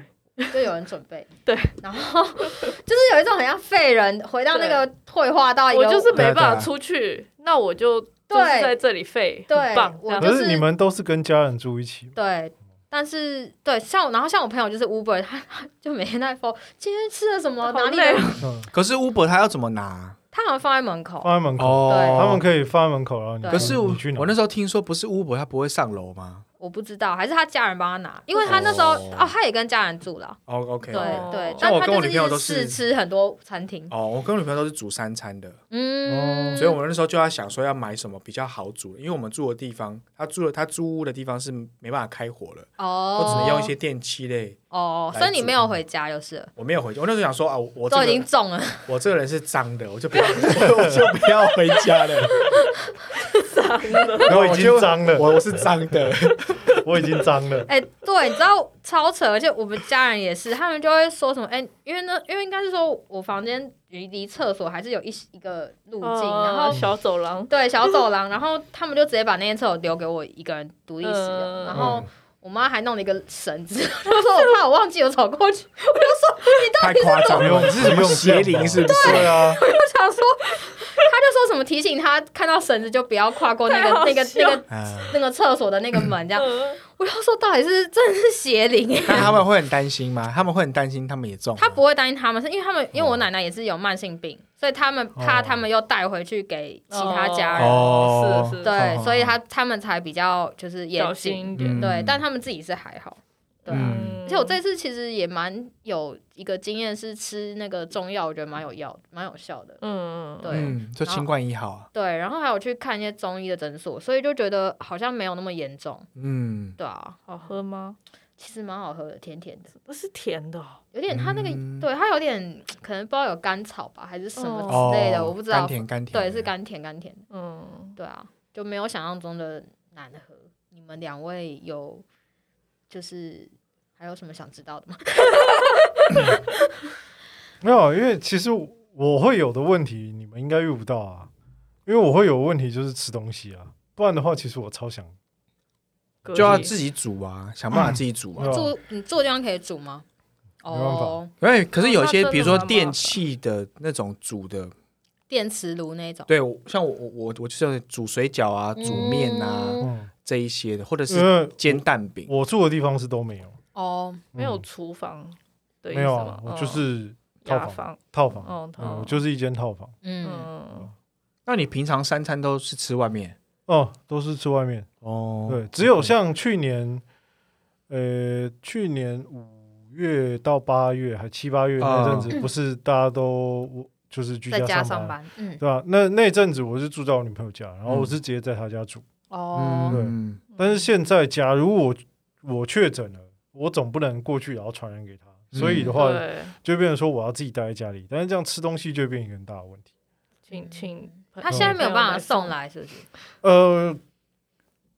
Speaker 5: 就有人准 *laughs* 备，
Speaker 4: 对，
Speaker 5: 然后就是有一种很像废人回到那个退化到一个，
Speaker 4: 我就是
Speaker 1: 对啊对
Speaker 4: 没
Speaker 1: 啊
Speaker 4: 办法出去，那我就就
Speaker 5: 对
Speaker 4: 是在这里废，
Speaker 5: 对
Speaker 4: 很棒。
Speaker 5: 我
Speaker 4: 这
Speaker 5: *laughs*
Speaker 4: 样
Speaker 5: 就
Speaker 3: 可
Speaker 5: 是
Speaker 3: 是你们都是跟家人住一起吗，
Speaker 5: 对。但是对，像我，然后像我朋友就是 Uber，他他就每天在 f 今天吃了什么，
Speaker 4: 好
Speaker 5: 哪里
Speaker 4: 累
Speaker 5: 的
Speaker 4: 哦，
Speaker 3: 嗯，
Speaker 1: 可是 Uber 他要怎么拿？
Speaker 5: 他好像放在门口，
Speaker 3: 放在门口，
Speaker 5: 对
Speaker 3: 他们可以放在门口，然后你
Speaker 5: 对
Speaker 1: 哦可是
Speaker 3: 你
Speaker 1: 我
Speaker 3: 去拿
Speaker 1: 我那时候听说，不是 Uber 他不会上楼吗？
Speaker 5: 我不知道，还是他家人帮他拿，因为他那时候
Speaker 1: 哦
Speaker 5: 哦，他也跟家人住了，
Speaker 1: 哦，OK、
Speaker 5: 对
Speaker 1: o k
Speaker 5: 对，
Speaker 4: 像
Speaker 5: 但
Speaker 1: 我
Speaker 5: 他
Speaker 1: 跟我
Speaker 5: 就是
Speaker 1: 女朋友
Speaker 5: 一直
Speaker 1: 都
Speaker 5: 试
Speaker 1: 是
Speaker 5: 吃很多餐厅，
Speaker 1: 哦，我跟我女朋友都是煮三餐的，
Speaker 5: 嗯，
Speaker 1: 所以我那时候就要想说要买什么比较好煮的，因为我们住的地方，他住的他租屋的地方是没办法开火了，
Speaker 5: 哦，
Speaker 1: 我只能用一些电器类。
Speaker 5: 哦，
Speaker 1: 来
Speaker 5: 所以你
Speaker 1: 自
Speaker 5: 没有回家就是了，
Speaker 1: 我没有回去，我那时候想说啊，我我这
Speaker 5: 都
Speaker 1: 个
Speaker 5: 已经
Speaker 1: 人
Speaker 5: 中了，
Speaker 1: 我这个人是脏的，我就不要 *laughs* 我就不要回家了，
Speaker 4: *laughs*
Speaker 3: 然后
Speaker 1: 我
Speaker 3: 已
Speaker 1: 就
Speaker 3: 经脏了，
Speaker 1: 我我是脏的，
Speaker 3: 我已经脏了，
Speaker 5: 哎、对，你知道超扯，而且我们家人也是，他们就会说什么，哎、因为呢，因为应该是说我房间离离厕所还是有一一个路径，
Speaker 4: 哦
Speaker 5: 然后
Speaker 4: 小走廊，
Speaker 5: 对小走廊，然后他们就直接把那间厕所留给我一个人独立使用，
Speaker 4: 嗯
Speaker 5: 然后。我妈还弄了一个绳子， *laughs* 她说我怕我忘记我走过去，
Speaker 1: 太夸张了，你是什么邪
Speaker 3: 不用这样
Speaker 1: 灵
Speaker 3: 吧
Speaker 1: 是不是？
Speaker 3: 对啊，
Speaker 5: 我想说，她就说什么提醒她看到绳子就不要跨过那个
Speaker 4: 太好
Speaker 5: 那个那
Speaker 4: 笑
Speaker 5: 个
Speaker 1: *laughs* 啊，
Speaker 5: 那个厕所的那个门这样。
Speaker 4: 嗯
Speaker 5: 我要说到底是真的是邪灵
Speaker 4: *laughs*
Speaker 5: 哎、
Speaker 1: 那他们会很担心吗？他们会很担心他们也中吗？
Speaker 5: 他不会担心他们，是因为他们因为我奶奶也是有慢性病，所以他们怕他们又带回去给其他家人，
Speaker 1: 哦
Speaker 4: 是是，
Speaker 5: 对，
Speaker 1: 哦
Speaker 5: 所以他他们才比较就是
Speaker 4: 小
Speaker 5: 严
Speaker 4: 心
Speaker 5: 谨，
Speaker 4: 一点
Speaker 1: 嗯。
Speaker 5: 对，但他们自己是还好，对啊。
Speaker 1: 嗯
Speaker 5: 而且我这次其实也蛮有一个经验，是吃那个中药，我觉得蛮有药，蛮有效的。
Speaker 4: 嗯嗯
Speaker 5: 对
Speaker 1: 嗯，就新冠一号啊，
Speaker 5: 对，然后还有去看一些中医的诊所，所以就觉得好像没有那么严重，
Speaker 1: 嗯，
Speaker 5: 对啊，
Speaker 4: 好喝吗？
Speaker 5: 其实蛮好喝的，甜甜的，
Speaker 4: 不是甜的哦，
Speaker 5: 有点它那个，
Speaker 1: 嗯
Speaker 5: 对它有点可能不知道有甘草吧，还是什么
Speaker 1: 哦，
Speaker 5: 之类的，我不知道
Speaker 1: 甘，甜甘甜，
Speaker 5: 对，是甘甜甘甜的，
Speaker 4: 嗯，
Speaker 5: 对啊，就没有想象中的难喝。你们两位有就是还有什么想知道的吗？
Speaker 3: 没有，因为其实我会有的问题，你们应该遇不到啊。因为我会有问题就是吃东西啊，不然的话，其实我超想
Speaker 4: 隔
Speaker 1: 就要
Speaker 4: 离
Speaker 1: 自己煮啊，想办法自己煮啊
Speaker 3: 对。啊
Speaker 5: 住你住的地方可以煮吗？
Speaker 3: 没办法
Speaker 5: 哦，
Speaker 1: 哎，可是有一
Speaker 4: 哦那真
Speaker 1: 些，
Speaker 4: 的
Speaker 1: 比如说
Speaker 4: 蛮麻烦
Speaker 1: 电器的那种煮的，
Speaker 5: 电磁炉那种，
Speaker 1: 对，我像我我我我就是煮水饺啊、煮面啊
Speaker 5: 嗯
Speaker 3: 嗯，
Speaker 1: 这一些的，或者
Speaker 3: 因
Speaker 1: 是
Speaker 3: 为
Speaker 1: 煎蛋饼。
Speaker 3: 我住的地方是都没有，
Speaker 5: 哦，
Speaker 4: 没有
Speaker 3: 嗯
Speaker 4: 厨房的意
Speaker 3: 没
Speaker 4: 思
Speaker 3: 有啊
Speaker 4: 吗，？
Speaker 3: 我
Speaker 4: 嗯
Speaker 3: 就是套
Speaker 4: 雅
Speaker 3: 房，
Speaker 4: 房，
Speaker 3: 套房，
Speaker 4: 嗯，
Speaker 3: 嗯，
Speaker 4: 嗯
Speaker 3: 我就是一间套房，
Speaker 5: 嗯，
Speaker 4: 嗯，
Speaker 1: 那你平常三餐都是吃外面？
Speaker 3: 哦，都是吃外面，
Speaker 1: 哦
Speaker 3: 对，只有像去年，呃，去年五月到八月还七八月那阵子，不是大家都我就是居
Speaker 5: 在家
Speaker 3: 家
Speaker 5: 上
Speaker 3: 班，
Speaker 5: 班，嗯，
Speaker 3: 对吧、啊那那阵子我是住在我女朋友家，然后我是直接在她家住。
Speaker 5: 哦，
Speaker 3: 对
Speaker 1: 嗯
Speaker 3: 但是现在，假如我我确诊了，我总不能过去然后传染给她，所以的话、
Speaker 4: 对，
Speaker 3: 就变成说我要自己待在家里。但是这样吃东西就会变一个很大的问题。
Speaker 4: 请请朋友。
Speaker 5: 嗯他现在没有办法送来，是不是？
Speaker 3: 呃，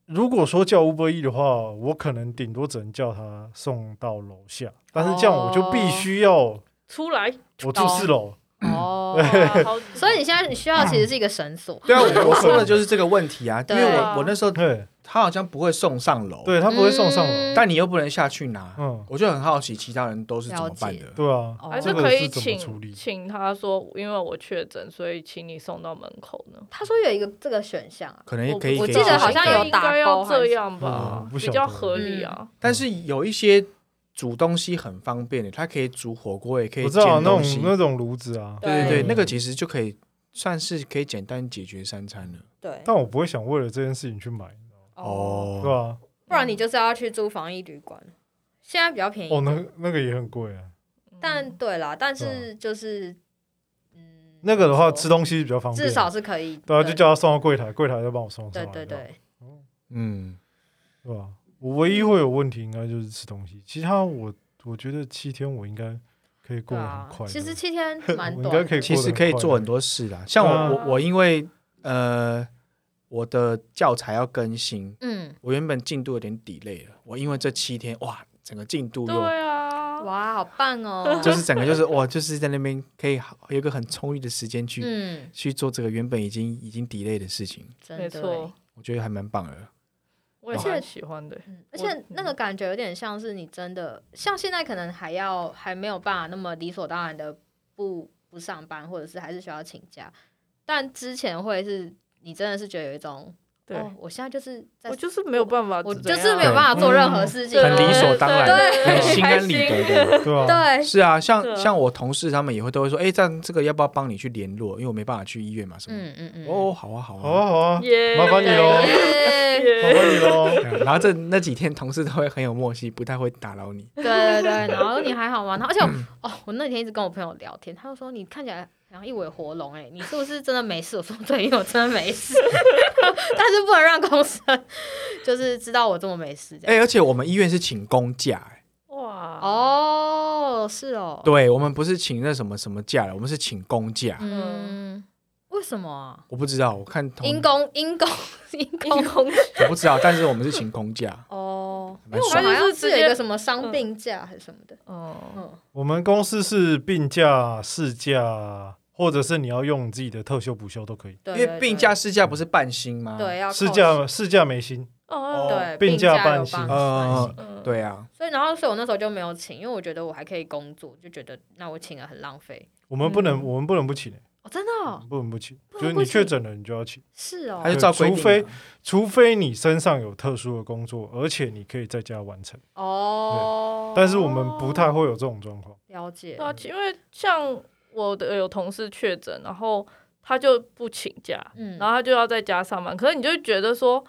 Speaker 3: 如果说叫 Uber E 的话，我可能顶多只能叫他送到楼下，但是这样我就必须要
Speaker 4: 哦出来，
Speaker 3: 我住四楼，
Speaker 5: 哦，
Speaker 4: *laughs* 哇好
Speaker 5: 所以你现在你需要其实是一个绳索，
Speaker 1: 对啊，我我说的就是这个问题啊，因为
Speaker 5: 对
Speaker 1: 我
Speaker 4: 啊
Speaker 1: 我那时候
Speaker 3: 对，
Speaker 1: 他好像不会送上楼，，
Speaker 3: 对 *laughs* 他不会送上楼，
Speaker 5: 嗯
Speaker 1: 但你又不能下去拿，
Speaker 3: 嗯
Speaker 1: 我就很好奇其他人都是怎么办的
Speaker 5: 了。
Speaker 3: 对啊，
Speaker 5: 哦
Speaker 4: 还
Speaker 3: 这
Speaker 4: 是
Speaker 3: 个
Speaker 4: 可以
Speaker 3: 是怎么处
Speaker 4: 请
Speaker 3: 理
Speaker 4: 请他说，因为我确诊，所以请你送到门口呢。
Speaker 5: 他说有一个这个选项啊，
Speaker 1: 可
Speaker 3: 哎
Speaker 1: 能也可以
Speaker 5: 我
Speaker 1: 给
Speaker 5: 记
Speaker 1: 一
Speaker 5: 得
Speaker 1: 些
Speaker 5: 好像有
Speaker 4: 应该要这样
Speaker 3: 打包
Speaker 4: 吧
Speaker 3: 还，是
Speaker 4: 比较合
Speaker 5: 嗯
Speaker 4: 理啊。
Speaker 1: 但是有一些煮东西很方便的，它可以煮火锅，也可以
Speaker 3: 我知道
Speaker 1: 煎
Speaker 3: 那种
Speaker 1: 东西。
Speaker 3: 那种炉子啊，
Speaker 1: 对对对，
Speaker 3: 嗯
Speaker 1: 那个其实就可以算是可以简单解决三餐了。
Speaker 5: 对，
Speaker 3: 但我不会想为了这件事情去买，
Speaker 5: 哦，
Speaker 3: 对吧？
Speaker 5: 不然你就是要去租防疫旅馆，现在比较便宜，
Speaker 3: 哦，那那个也很贵啊，
Speaker 4: 嗯
Speaker 5: 但对啦，但是就是嗯，
Speaker 3: 那个的话
Speaker 5: 怎么说
Speaker 3: 吃东西比较方便，
Speaker 5: 至少是可以，
Speaker 3: 对啊，就叫他送到柜台，柜台再帮我送上
Speaker 5: 对
Speaker 3: 来，
Speaker 5: 对
Speaker 3: 这样
Speaker 5: 对，
Speaker 1: 嗯，
Speaker 3: 对吧？我唯一会有问题应该就是吃东西，其他我我觉得七天我应该可以过
Speaker 5: 对
Speaker 3: 得很
Speaker 5: 啊
Speaker 3: 快，乐。
Speaker 5: 其实七天
Speaker 3: *laughs*
Speaker 5: 蛮
Speaker 3: 我应该
Speaker 5: 短
Speaker 3: 可以
Speaker 5: 的，
Speaker 1: 其实可以做很多事啦，像我、
Speaker 3: 对啊
Speaker 1: 我我因为呃我的教材要更新，
Speaker 3: *laughs*
Speaker 5: 嗯，
Speaker 1: 我原本进度有点 delay 了，我因为这七天哇，整个进度又。
Speaker 4: 对啊，
Speaker 5: 哇，好棒哦，
Speaker 1: 就是整个就是哇，就是在那边可以好有一个很充裕的时间去、
Speaker 5: 嗯，
Speaker 1: 去做这个原本已经已经 delay 的事情，
Speaker 5: 真
Speaker 4: 没
Speaker 5: 的
Speaker 4: 错
Speaker 5: 欸，，
Speaker 1: 我觉得还蛮棒的。
Speaker 4: 我也
Speaker 5: 而且
Speaker 4: 蛮喜欢的。
Speaker 5: 嗯而且那个感觉有点像是你真的，像现在可能还要还没有办法那么理所当然的不不上班，或者是还是需要请假，但之前会是你真的是觉得有一种，
Speaker 4: 对，
Speaker 5: 哦，我现在就是在
Speaker 4: 我，就是没有办法，
Speaker 5: 我就是没有办法做任何事情，
Speaker 1: 嗯很理所当然
Speaker 5: 对
Speaker 1: 很心安理得的。
Speaker 3: 对啊，
Speaker 5: 对，
Speaker 1: 是啊，像
Speaker 4: 对啊
Speaker 1: 像我同事他们也会都会说，哎、这样这个要不要帮你去联络？因为我没办法去医院嘛，什么的。
Speaker 5: 嗯嗯嗯， *laughs*
Speaker 1: 哦，好啊，好
Speaker 3: 好
Speaker 1: 啊。
Speaker 3: 啊好啊，
Speaker 4: 耶，
Speaker 3: 麻烦你喽
Speaker 5: 对
Speaker 4: 耶
Speaker 3: 麻烦你喽。
Speaker 1: 对啊然后这那几天同事都会很有默契，不太会打扰你。
Speaker 5: 对 *laughs* 对对，然后你还好吗？然后而且我
Speaker 1: 嗯
Speaker 5: 哦，我那天一直跟我朋友聊天，他就说你看起来好像一尾活龙哎、你是不是真的没事？我说对，因为我真的没事， *laughs* 但是不能让公司就是知道我这么没事这样。
Speaker 1: 哎、而且我们医院是请公假、哎
Speaker 4: 哇，
Speaker 5: 哦，是哦，
Speaker 1: 对啊我们不是请那什么什么假了，我们是请公假。
Speaker 5: 嗯，为什么啊？
Speaker 1: 我不知道，我看同
Speaker 5: 因公因公 *laughs* 因公公
Speaker 1: 我不知道，但是我们是请公假。
Speaker 5: 哦，因
Speaker 1: 蛮
Speaker 5: 为我
Speaker 1: 爽
Speaker 5: 们
Speaker 4: 的
Speaker 5: 好像是有一个嗯
Speaker 4: 他就是直接
Speaker 5: 什么伤病假还是什么的，
Speaker 4: 嗯，
Speaker 5: 嗯，
Speaker 3: 我们公司是病假、事假，或者是你要用你自己的特休补休都可以。
Speaker 5: *laughs* 对，
Speaker 1: 因
Speaker 5: 对
Speaker 1: 为病假事假不是半薪吗？
Speaker 5: 对要
Speaker 3: 事
Speaker 5: 扣
Speaker 1: 啊
Speaker 3: 假事假没薪，
Speaker 5: 嗯
Speaker 4: 哦，
Speaker 5: 对
Speaker 3: 病
Speaker 5: 假
Speaker 3: 假半
Speaker 5: 有
Speaker 3: 薪啊
Speaker 5: 帮
Speaker 1: 呃
Speaker 5: 助
Speaker 4: 嗯，
Speaker 1: 对啊，
Speaker 5: 所以，然后，所以我那时候就没有请，因为我觉得我还可以工作，就觉得那我请了很浪费。
Speaker 3: 我们不能、
Speaker 4: 嗯
Speaker 3: 我们不能不请、欸，
Speaker 5: 哦，真的、
Speaker 3: 我
Speaker 5: 哦
Speaker 3: 们不能不请，
Speaker 5: 不能
Speaker 3: 就是
Speaker 5: 不
Speaker 3: 你
Speaker 5: 请
Speaker 3: 确诊了你就要请，
Speaker 5: 是哦
Speaker 1: 还，是照规定啊。
Speaker 3: 除非除非你身上有特殊的工作，而且你可以在家完成。
Speaker 5: 哦，
Speaker 3: 但是我们不太会有这种状况。
Speaker 5: 了解
Speaker 4: 对，啊，因为像我的有同事确诊，然后他就不请假，
Speaker 5: 嗯，
Speaker 4: 然
Speaker 5: 然后
Speaker 4: 后他就要在家上班，可是你就会觉得说，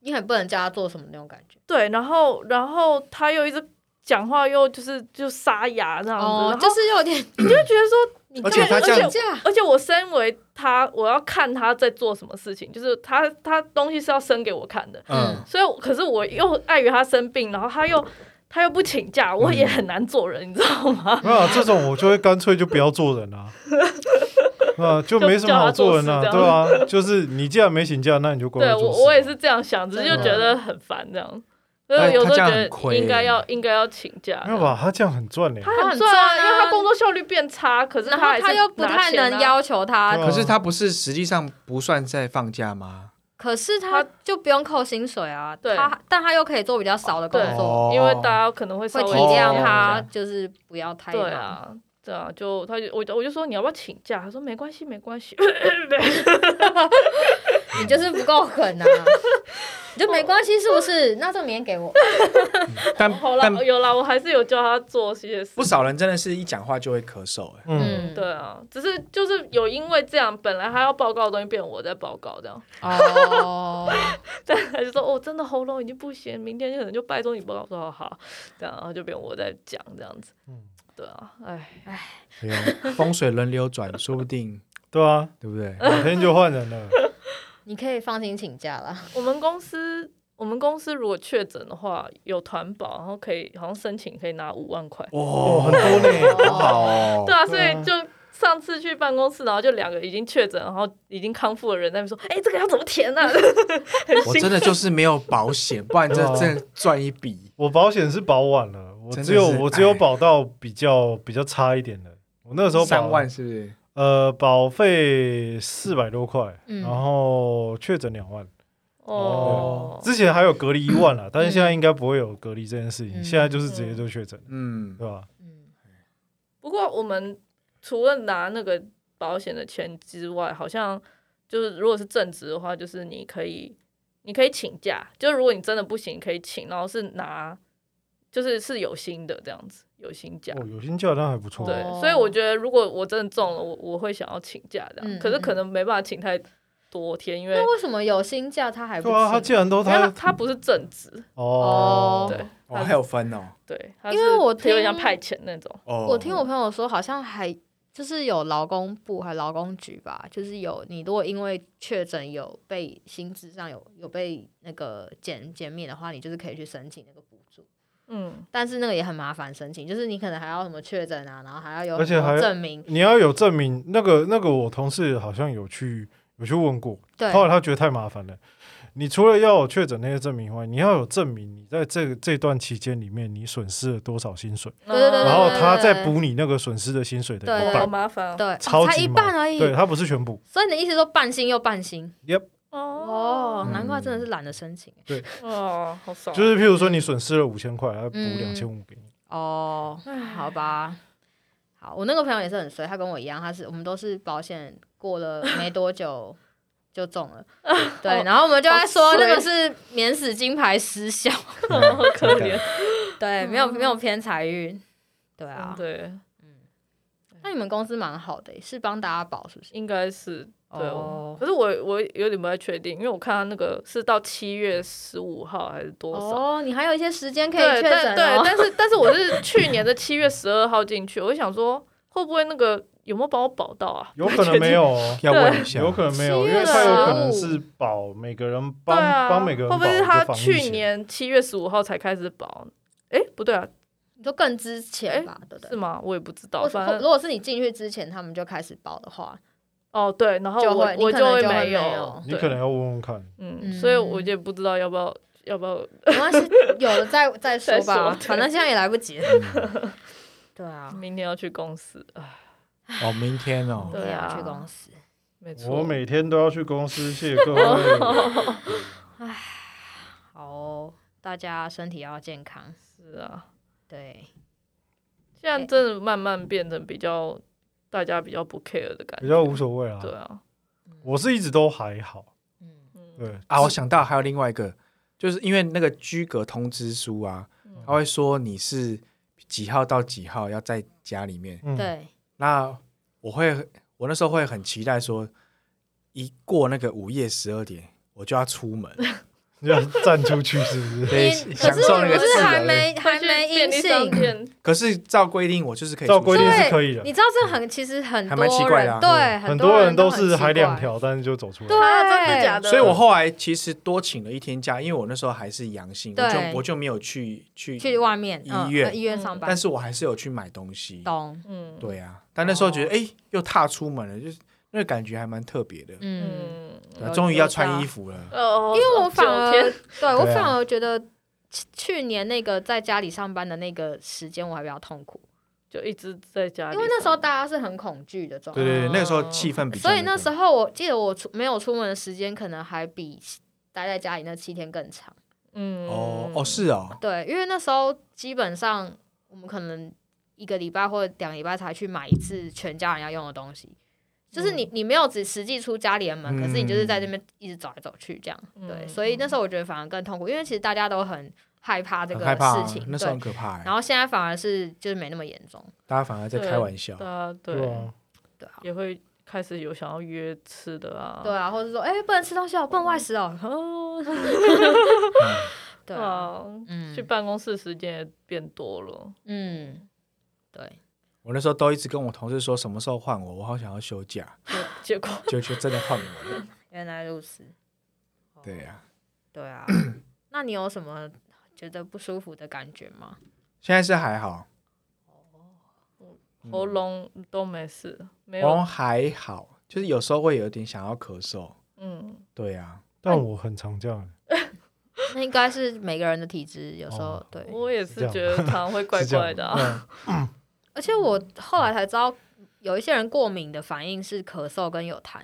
Speaker 5: 你很不能叫他做什么那种感觉，
Speaker 4: 对，然后然后他又一直讲话，又就是就沙哑这样子，然后
Speaker 5: 哦就是有 *laughs* 点，
Speaker 4: 你就会觉得说，
Speaker 5: 你
Speaker 1: 而且
Speaker 5: 干嘛
Speaker 1: 他这样
Speaker 5: 请假
Speaker 4: 而且我身为他，我要看他在做什么事情，就是他他东西是要生给我看的，
Speaker 1: 嗯，
Speaker 4: 所以我可是我又碍于他生病，然后他又他又不请假，我也很难做人，你知道吗？
Speaker 3: 没有、啊这种，我就会干脆就不要做人
Speaker 4: *laughs*
Speaker 3: 啊。啊，就没什么好人啊，
Speaker 4: 就叫他
Speaker 3: 对啊，就是你既然没请假，那你就乖乖
Speaker 4: 对
Speaker 3: 做
Speaker 4: 我
Speaker 3: 事啊
Speaker 4: 我也是这样想，只是就
Speaker 5: 对
Speaker 4: 觉得很烦这样，所
Speaker 1: 但
Speaker 4: 以有时
Speaker 1: 他
Speaker 4: 候
Speaker 1: 这样
Speaker 4: 觉
Speaker 1: 很亏欸
Speaker 4: 得应该要应该要请假，
Speaker 3: 没有吧？他这样很赚嘞、
Speaker 4: 他
Speaker 5: 很
Speaker 4: 很赚啊，
Speaker 5: 赚啊
Speaker 4: 因为他工作效率变差，可
Speaker 5: *laughs*
Speaker 4: 是
Speaker 5: 然
Speaker 4: 他
Speaker 5: 后
Speaker 4: 还
Speaker 5: 他
Speaker 4: 是
Speaker 5: 又不
Speaker 4: 拿
Speaker 5: 太
Speaker 4: 钱啊
Speaker 5: 能，要求他
Speaker 3: 对，啊
Speaker 1: 可是他不是实际上不算在放假吗？
Speaker 5: 可是他就不用扣薪水啊，
Speaker 4: 对
Speaker 5: 他但他又可以做比较少的工
Speaker 4: 对
Speaker 3: 哦
Speaker 5: 作，
Speaker 4: 因为大家可能会稍
Speaker 5: 会
Speaker 4: 微
Speaker 5: 体
Speaker 1: 哦
Speaker 5: 谅哎他，
Speaker 4: 哦
Speaker 5: 就是不要太
Speaker 4: 对
Speaker 5: 忙。
Speaker 4: 啊。对啊，就他就我就我就说你要不要请假？他说没关系，没
Speaker 1: *laughs*
Speaker 4: 关系。
Speaker 5: 你就是不够狠啊！ *laughs* 你就没关系，是不是？那这明天给我。
Speaker 1: 但
Speaker 4: 好啦
Speaker 1: 但，
Speaker 4: 有啦，我还是有教他做这些事。
Speaker 1: 不少人真的是一讲话就会咳嗽，哎，
Speaker 3: 嗯，
Speaker 5: 嗯，
Speaker 4: 对啊，只是就是有因为这样，本来他要报告的东西变我在报告这样，
Speaker 5: 哦，
Speaker 4: *laughs* 但他就说哦，真的喉咙已哦经不行，明天可能就拜托你报告。我说好好，这样然后就变我在讲这样子。对啊，哎，
Speaker 3: 没有，
Speaker 1: 哎 *laughs* 风水轮流转，说不定
Speaker 3: 对啊，
Speaker 1: 对不对？
Speaker 3: 两天就换人了。
Speaker 5: 你可以放心请假啦。
Speaker 4: 我们公司我们公司如果确诊的话，有团保，然后可以好像申请可以拿五万块。
Speaker 1: 哦，
Speaker 3: 很多
Speaker 1: 呢，
Speaker 5: 呢
Speaker 1: 好好哦。
Speaker 4: 对啊，所
Speaker 3: 对啊
Speaker 4: 以就上次去办公室，然后就两个已经确诊，然后已经康复的人在那边说：“哎、这个要怎么填啊？” *laughs* 很
Speaker 1: 我
Speaker 4: 辛苦
Speaker 1: 真的就是没有保险，不然这
Speaker 3: 对啊
Speaker 1: 真的赚一笔。
Speaker 3: 我保险是保晚了，我
Speaker 1: 真的
Speaker 3: 只有
Speaker 1: 是
Speaker 3: 我只有
Speaker 1: 哎
Speaker 3: 保到比较比较差一点的。我那时候保
Speaker 1: 三万是不是？
Speaker 3: 呃，保费四百多块，
Speaker 5: 嗯
Speaker 3: 然后确诊两万，
Speaker 4: 哦，
Speaker 3: 之前还有隔离一万啦，但是现在应该不会有隔离这件事情，
Speaker 5: 嗯
Speaker 3: 现在就是直接就确诊，
Speaker 1: 嗯，
Speaker 3: 对吧？
Speaker 5: 嗯，
Speaker 4: 不过我们除了拿那个保险的钱之外，好像就是如果是正职的话，就是你可以你可以请假，就如果你真的不行可以请，然后是拿就是是有薪的这样子，有薪假。
Speaker 3: 哦，有薪假那还不错，啊
Speaker 4: 对
Speaker 5: 哦，
Speaker 4: 所以我觉得如果我真的中了，我我会想要请假这样，
Speaker 5: 嗯
Speaker 4: 可是可
Speaker 5: 嗯
Speaker 4: 能没办法请太多天，因为
Speaker 5: 那为什么有薪假他还不
Speaker 3: 对啊，他
Speaker 5: 请？
Speaker 3: 既然都
Speaker 4: 因为他
Speaker 3: 他
Speaker 4: 他不是正职，
Speaker 3: 哦
Speaker 5: 哦，
Speaker 4: 对
Speaker 1: 哦，还有分哦。
Speaker 4: 对，他
Speaker 5: 因为
Speaker 4: 是
Speaker 5: 我
Speaker 4: 有点
Speaker 5: 听
Speaker 4: 像派遣那种，
Speaker 1: 哦，
Speaker 5: 我听我朋友说，好像还就是有劳工部还劳工局吧，就是有你如果因为确诊有被薪资上有有被那个减减免的话，你就是可以去申请那个补助，
Speaker 4: 嗯，
Speaker 5: 但是那个也很麻烦申请，就是你可能还要什么确诊啊，然后还要有
Speaker 3: 而且
Speaker 5: 什么
Speaker 3: 还
Speaker 5: 证明，
Speaker 3: 你要有证明，那个那个我同事好像有去有去问过，
Speaker 5: 对
Speaker 3: 后来他觉得太麻烦了。你除了要有确诊那些证明以外，你要有证明你在这个这段期间里面你损失了多少薪水，
Speaker 5: 对对对
Speaker 3: 然后
Speaker 5: 对
Speaker 3: 他再补你那个损失的薪水的
Speaker 5: 对
Speaker 3: 一
Speaker 4: 哦
Speaker 5: 对
Speaker 4: 好
Speaker 3: 半，
Speaker 4: 麻烦哦
Speaker 5: 对，哦
Speaker 3: 超
Speaker 5: 才
Speaker 3: 级
Speaker 5: 一
Speaker 3: 忙
Speaker 5: 半而已。
Speaker 3: 对他不是全部。
Speaker 5: 所以你的意思说半薪又半薪
Speaker 3: Yep，
Speaker 4: 哦
Speaker 5: 哦，难怪真的是懒得申请
Speaker 4: 哦，好爽，
Speaker 3: 就是譬如说你损失了五千块，他补
Speaker 5: 嗯
Speaker 3: 两千五给你。
Speaker 5: 哦，好吧。好，我那个朋友也是很衰，他跟我一样，他是我们都是保险过了没多久就中
Speaker 4: *laughs*
Speaker 5: 了，对，然后我们就在说
Speaker 4: 哦好衰
Speaker 5: 那个是免死金牌失效，
Speaker 4: *laughs* 嗯好可怜，
Speaker 5: 对，没有没有偏财运，对啊。
Speaker 4: 嗯对，
Speaker 5: 那你们公司蛮好的耶，是帮大家保是不是？
Speaker 4: 应该是对。
Speaker 5: 哦
Speaker 4: 可是我我有点不太确定，因为我看他那个是到七月十五号还是多少？
Speaker 5: 哦，你还有一些时间可以
Speaker 4: 对，
Speaker 5: 确诊
Speaker 4: 但对，
Speaker 5: 哦。
Speaker 4: 但是但是我是去年的七月十二号进去，我就想说会不会那个有没有帮我保到啊？
Speaker 3: *laughs* 有可能没有
Speaker 4: *laughs*
Speaker 3: 哦，
Speaker 1: 要问一下，
Speaker 3: 有可能没有，
Speaker 5: 七
Speaker 3: 因
Speaker 5: 月
Speaker 3: 为他有可
Speaker 5: 十五
Speaker 3: 能是保每个人
Speaker 4: 对
Speaker 3: 帮
Speaker 4: 啊，
Speaker 3: 帮每个人
Speaker 4: 会
Speaker 3: 保
Speaker 4: 不会是他
Speaker 3: 一个防疫
Speaker 4: 去
Speaker 3: 险
Speaker 4: 年七月十五号才开始保？哎，不对啊，
Speaker 5: 你就更之前吧，对不
Speaker 4: 是
Speaker 5: 对？
Speaker 4: 吗？我也不知道，
Speaker 5: 或
Speaker 4: 反
Speaker 5: 或
Speaker 4: 正
Speaker 5: 如果是你进去之前他们就开始保的话，
Speaker 4: 哦对，然后
Speaker 5: 就
Speaker 4: 我
Speaker 5: 会
Speaker 4: 我
Speaker 5: 你可能
Speaker 4: 会
Speaker 5: 就会
Speaker 4: 没
Speaker 5: 没有
Speaker 3: 你
Speaker 4: 对，
Speaker 3: 可能要问问看。
Speaker 4: 嗯，
Speaker 5: 嗯
Speaker 4: 所以我也不知道要不要要不要
Speaker 5: 没关系，有了 *laughs* 再再说
Speaker 4: 再说
Speaker 5: 吧，
Speaker 4: 对
Speaker 5: 反正现在也来不及了。 *laughs* 对啊，
Speaker 4: 明天要去公司， *laughs* 唉
Speaker 1: 哦，明天哦，
Speaker 4: 对啊
Speaker 5: 你也要去公司。
Speaker 4: 没错，
Speaker 3: 我每天都要去公司，谢谢各
Speaker 4: *laughs*
Speaker 3: 位。
Speaker 5: 好哦、大家身体要健康。
Speaker 4: 是啊。
Speaker 5: 对，
Speaker 4: 现在真的慢慢变成比较大家比较不 care 的感
Speaker 3: 比
Speaker 4: 觉，
Speaker 3: 较无所谓啦。
Speaker 4: 对啊，
Speaker 3: 我是一直都还好。
Speaker 5: 嗯，
Speaker 4: 嗯，
Speaker 3: 对，
Speaker 1: 啊，我想到还有另外一个，就是因为那个居格通知书啊，
Speaker 4: 嗯
Speaker 1: 他会说你是几号到几号要在家里面。
Speaker 3: 嗯，
Speaker 5: 对，
Speaker 1: 那我会，我那时候会很期待说，一过那个午夜十二点，我就要出门，
Speaker 3: 你要站出去是不是？
Speaker 1: 对，
Speaker 5: 你
Speaker 1: 享
Speaker 5: 可是
Speaker 1: 受那
Speaker 5: 你
Speaker 1: 个
Speaker 5: 不
Speaker 1: 自
Speaker 5: 是还
Speaker 1: 由的。
Speaker 5: 没还没
Speaker 4: 便
Speaker 5: 阴
Speaker 4: 利商
Speaker 5: 性？
Speaker 4: 店
Speaker 1: 可是照规定，我就是可以
Speaker 3: 照
Speaker 1: 出
Speaker 3: 规
Speaker 1: 去
Speaker 3: 定
Speaker 1: 的
Speaker 3: 是可以
Speaker 5: 你
Speaker 3: 的，
Speaker 5: 知道这很其实很
Speaker 1: 还
Speaker 5: 多
Speaker 1: 蛮奇怪的啊
Speaker 5: 人对
Speaker 3: 很
Speaker 5: 多
Speaker 3: 人都是还
Speaker 5: 还
Speaker 3: 两，条，但是就走出来。
Speaker 5: 对，
Speaker 4: 啊，真的假的？
Speaker 1: 所以我后来其实多请了一天假，因为我那时候还是阳性，我
Speaker 5: 对
Speaker 1: 就我就没有去去
Speaker 5: 去外面嗯
Speaker 1: 医院
Speaker 5: 呃医院上班
Speaker 1: 但，是我还是有去买东西。
Speaker 5: 懂？哦
Speaker 4: 嗯，
Speaker 1: 对啊，但那时候觉得哎、诶又踏出门了，就是那个感觉还蛮特别的。
Speaker 5: 嗯，
Speaker 4: 嗯，
Speaker 1: 对啊
Speaker 5: 有
Speaker 1: 终于要
Speaker 5: 有啊
Speaker 1: 穿
Speaker 5: 差
Speaker 1: 衣服了，
Speaker 4: 哦，
Speaker 5: 嗯因为我反
Speaker 4: 九
Speaker 5: 而
Speaker 4: 天
Speaker 5: 对我
Speaker 3: 对啊
Speaker 5: 反而觉得去去年那个在家里上班的那个时间我还比较痛苦，
Speaker 4: 就一直在家里，
Speaker 5: 因为那时候大家是很恐惧的状态
Speaker 1: 对。对对，那个时候气氛比较个。
Speaker 5: 所以那时候我记得我出没有出门的时间，可能还比待在家里那七天更长。
Speaker 4: 嗯，
Speaker 1: 哦哦是哦，
Speaker 5: 对，因为那时候基本上我们可能一个礼拜或者两个礼拜才去买一次全家人要用的东西，就是
Speaker 1: 嗯
Speaker 5: 你你没有只实际出家里的门，可是你就是在这边一直走来走去这样。对，
Speaker 4: 嗯
Speaker 5: 所以那时候我觉得反而更痛苦，因为其实大家都很害怕这
Speaker 1: 很
Speaker 5: 个
Speaker 1: 害怕、
Speaker 5: 事
Speaker 1: 啊
Speaker 5: 情，，
Speaker 1: 那时候
Speaker 5: 对
Speaker 1: 很。可怕、欸
Speaker 5: 然，后现在反而是就是没那么严重，
Speaker 1: 大家反而在
Speaker 4: 对
Speaker 1: 开玩笑。
Speaker 4: 大家
Speaker 3: 对
Speaker 4: 对
Speaker 3: 啊，
Speaker 5: 对啊。
Speaker 4: 也会开始有想要约吃的
Speaker 1: 嗯
Speaker 4: 啊，
Speaker 5: 对啊，或者说，哎、不能吃东西哦，不能外食哦。哦对啊，
Speaker 4: 啊，
Speaker 5: 嗯
Speaker 4: 去办公室时间也变多了，
Speaker 5: 嗯，对，
Speaker 1: 我那时候都一直跟我同事说什么时候换我，我好想要休假，
Speaker 4: 结果
Speaker 1: 就就真的换我了。
Speaker 5: 原来如此。
Speaker 1: 对呀、
Speaker 5: 对
Speaker 3: *clears throat*
Speaker 5: 啊，那你有什么觉得不舒服的感觉
Speaker 3: *clears throat*
Speaker 5: 吗？
Speaker 1: 现在是还好，
Speaker 3: 嗯
Speaker 4: 喉咙都没事，没
Speaker 1: 喉咙
Speaker 4: 有，
Speaker 1: 还好，就是有时候会有点想要咳嗽。
Speaker 4: 嗯，
Speaker 1: 对呀、
Speaker 3: 但我很常这样，欸
Speaker 5: 那应该是每个人的体质，有时候、
Speaker 3: 哦
Speaker 5: 对。
Speaker 4: 我也
Speaker 3: 是这
Speaker 4: 是
Speaker 3: 样
Speaker 4: 觉得常常会怪
Speaker 3: *laughs* 是这样
Speaker 4: 怪的、啊，
Speaker 3: 嗯
Speaker 5: 而且我后来才知道，有一些人过敏的反应是咳嗽跟有痰。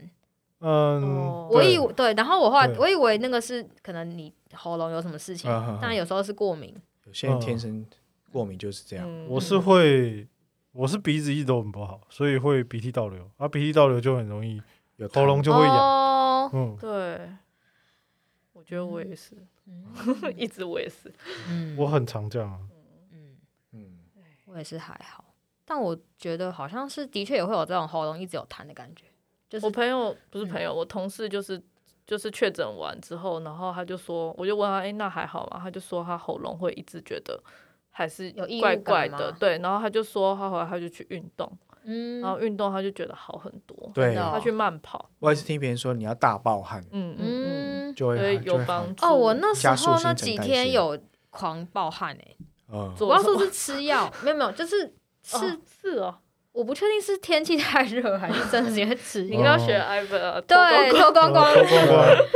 Speaker 3: 嗯
Speaker 4: 哦，
Speaker 5: 我以
Speaker 3: 对
Speaker 5: 为对，然后我后来
Speaker 3: 对啊
Speaker 5: 我以为那个是可能你喉咙有什么事情，
Speaker 1: 嗯嗯嗯
Speaker 5: 但有时候是过敏。
Speaker 1: 有些人天生过敏就是这样。
Speaker 4: 嗯
Speaker 3: 啊我是会，我是鼻子一直都很不好，所以会鼻涕倒流，啊，鼻涕倒流就很容易
Speaker 1: 有痰
Speaker 3: 喉咙就会痒，
Speaker 5: 哦，
Speaker 3: 嗯，
Speaker 4: 对，我觉得我也是， *laughs* 一直我也是，
Speaker 5: 嗯
Speaker 3: 我很常这样啊，
Speaker 5: 嗯，
Speaker 1: 嗯，
Speaker 5: 我也是还好，但我觉得好像是的确也会有这种喉咙一直有痰的感觉，就是嗯
Speaker 4: 我朋友不是朋友，我同事就是就是确诊完之后，然后他就说，我就问他，哎、那还好吗？他就说他喉咙会一直觉得还是
Speaker 5: 有异物
Speaker 4: 怪
Speaker 5: 感
Speaker 4: 怪
Speaker 5: 吗
Speaker 4: 的，对。然后他就说他后来他就去运动，
Speaker 5: 嗯哦
Speaker 4: 然后运动他就觉得好很多，
Speaker 1: 对
Speaker 5: 真，的
Speaker 4: 他去慢跑，
Speaker 1: 我也是听别人说你要大暴汗
Speaker 4: 嗯嗯
Speaker 5: 嗯
Speaker 1: 就
Speaker 4: 嗯，
Speaker 1: 会
Speaker 4: 所以
Speaker 1: 就
Speaker 4: 有
Speaker 1: 会好
Speaker 4: 帮助。
Speaker 5: 哦，我那时
Speaker 1: 加速
Speaker 5: 候
Speaker 1: 新
Speaker 5: 那
Speaker 1: 陈
Speaker 5: 几
Speaker 1: 代
Speaker 5: 天
Speaker 1: 谢
Speaker 5: 有狂暴汗哎、
Speaker 1: 嗯，
Speaker 5: 我
Speaker 4: 做
Speaker 5: 不知
Speaker 4: 什
Speaker 5: 道
Speaker 4: 么
Speaker 5: 是不是吃药，
Speaker 1: *laughs*
Speaker 5: 没有没有，就是是、嗯
Speaker 4: 哦是哦，
Speaker 5: 我不确定是天气太热还是真的是因为吃
Speaker 1: *laughs*
Speaker 4: 你
Speaker 5: 药
Speaker 4: 应，该要
Speaker 1: 哦
Speaker 4: 学 Ivan 啊，
Speaker 5: 对，
Speaker 4: 脱光
Speaker 5: 脱光光，
Speaker 4: 光
Speaker 3: 脱光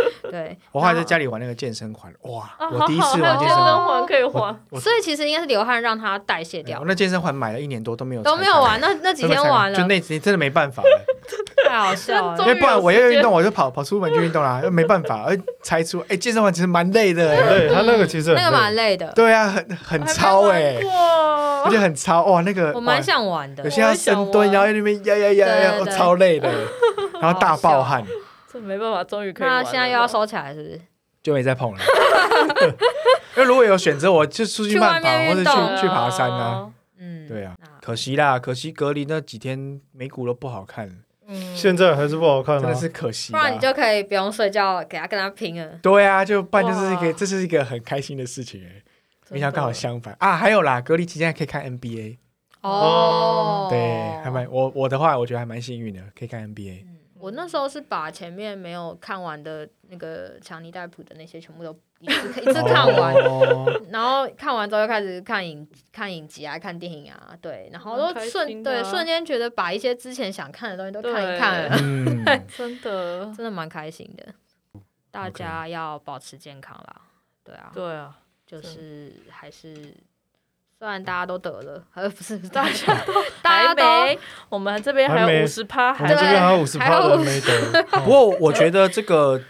Speaker 5: *laughs*
Speaker 3: 光，
Speaker 5: 对，
Speaker 1: 我后来在家里玩那个健身环，哇！
Speaker 4: 啊，
Speaker 1: 我第一次
Speaker 4: 好
Speaker 1: 玩
Speaker 4: 好，还有
Speaker 1: 健
Speaker 4: 健
Speaker 1: 身环，
Speaker 4: 身环可以还，
Speaker 1: *laughs* 我
Speaker 5: 所以其实应该是流汗让它代谢
Speaker 1: 哎
Speaker 5: 掉
Speaker 1: 我，那健身环买了一年多都没有
Speaker 5: 都
Speaker 1: 拆
Speaker 5: 没有
Speaker 1: 开
Speaker 5: 玩，，那那几
Speaker 1: 真的
Speaker 5: 天
Speaker 1: 拆开
Speaker 5: 玩
Speaker 1: 就
Speaker 5: 了，
Speaker 1: 那几天真的没办法了，
Speaker 5: 太
Speaker 1: *laughs*
Speaker 5: 好笑
Speaker 1: 因
Speaker 5: 了
Speaker 4: 真的。
Speaker 1: 为哎不然我要运动，我就跑跑出门去运动
Speaker 5: *laughs*
Speaker 1: 啦，没办法，而拆出哎，健身环其实蛮累的，
Speaker 3: 对，他那个其实
Speaker 5: 那个蛮
Speaker 3: 很累，
Speaker 5: 累的，
Speaker 1: 对啊，很很超哎，而且很超哇，那个
Speaker 5: 我
Speaker 1: 哇
Speaker 5: 蛮想玩的
Speaker 1: 有。些要深蹲，然后在那边呀呀呀呀，
Speaker 5: 对对
Speaker 1: 哦
Speaker 5: 对
Speaker 1: 超累
Speaker 5: *laughs*
Speaker 1: 的，然后大暴汗
Speaker 4: 这没办法，终于可以玩
Speaker 5: 那
Speaker 4: 了。
Speaker 5: 现在又要收起来是不是？
Speaker 1: 就没再碰
Speaker 5: *laughs*
Speaker 1: 了。因为如果有选择，我就出去
Speaker 5: 去
Speaker 1: 慢
Speaker 5: 外
Speaker 1: 跑
Speaker 5: 面
Speaker 1: 或者
Speaker 5: 运动
Speaker 1: 去去爬山啊。
Speaker 4: 哦，
Speaker 5: 嗯，
Speaker 1: 对啊
Speaker 5: 那
Speaker 1: 可惜啦，可惜隔离那几天美股都不好看，
Speaker 4: 嗯，
Speaker 3: 现在还是不好看
Speaker 1: 真
Speaker 3: 啊
Speaker 1: 的，是可惜
Speaker 5: 不
Speaker 1: 啦。
Speaker 5: 然你就可以不用睡觉，给他跟他拼了。
Speaker 1: 对啊，就办就是一个，
Speaker 4: 哇
Speaker 1: 这是一个很开心的事情哎。
Speaker 4: 真的
Speaker 1: 没想到刚好相反啊！还有啦，隔离期间还可以看 NBA，
Speaker 5: 哦，
Speaker 1: 对，还蛮我我的话，我觉得还蛮幸运的，可以看 NBA。
Speaker 5: 嗯我那时候是把前面没有看完的那个强尼戴普的那些全部都一次一次看完，
Speaker 1: 哦
Speaker 5: 然后看完之后又开始看影看影集啊，看电影啊，对，然后
Speaker 4: 蛮
Speaker 5: 都
Speaker 4: 开
Speaker 5: 瞬
Speaker 4: 心的啊
Speaker 5: 对瞬间觉得把一些之前想看的东西都
Speaker 4: 对
Speaker 5: 看一看了，
Speaker 1: 嗯，
Speaker 4: 真的，
Speaker 5: *laughs* 真的蛮开心的。大家要保持健康啦，对啊，
Speaker 4: 对啊，
Speaker 5: 就是还是虽然大家都得了，呃，不
Speaker 4: *laughs*
Speaker 5: 是大家都大家
Speaker 4: 还
Speaker 5: 都
Speaker 4: 没，我们这边
Speaker 3: 还
Speaker 4: 还
Speaker 3: 没
Speaker 4: 有五十趴，
Speaker 3: 我们这
Speaker 4: 还
Speaker 5: 对
Speaker 3: 边还有五十
Speaker 5: 还有
Speaker 3: 趴的人没得，
Speaker 1: *laughs*
Speaker 3: 嗯
Speaker 5: *laughs*
Speaker 1: 不过我觉得这个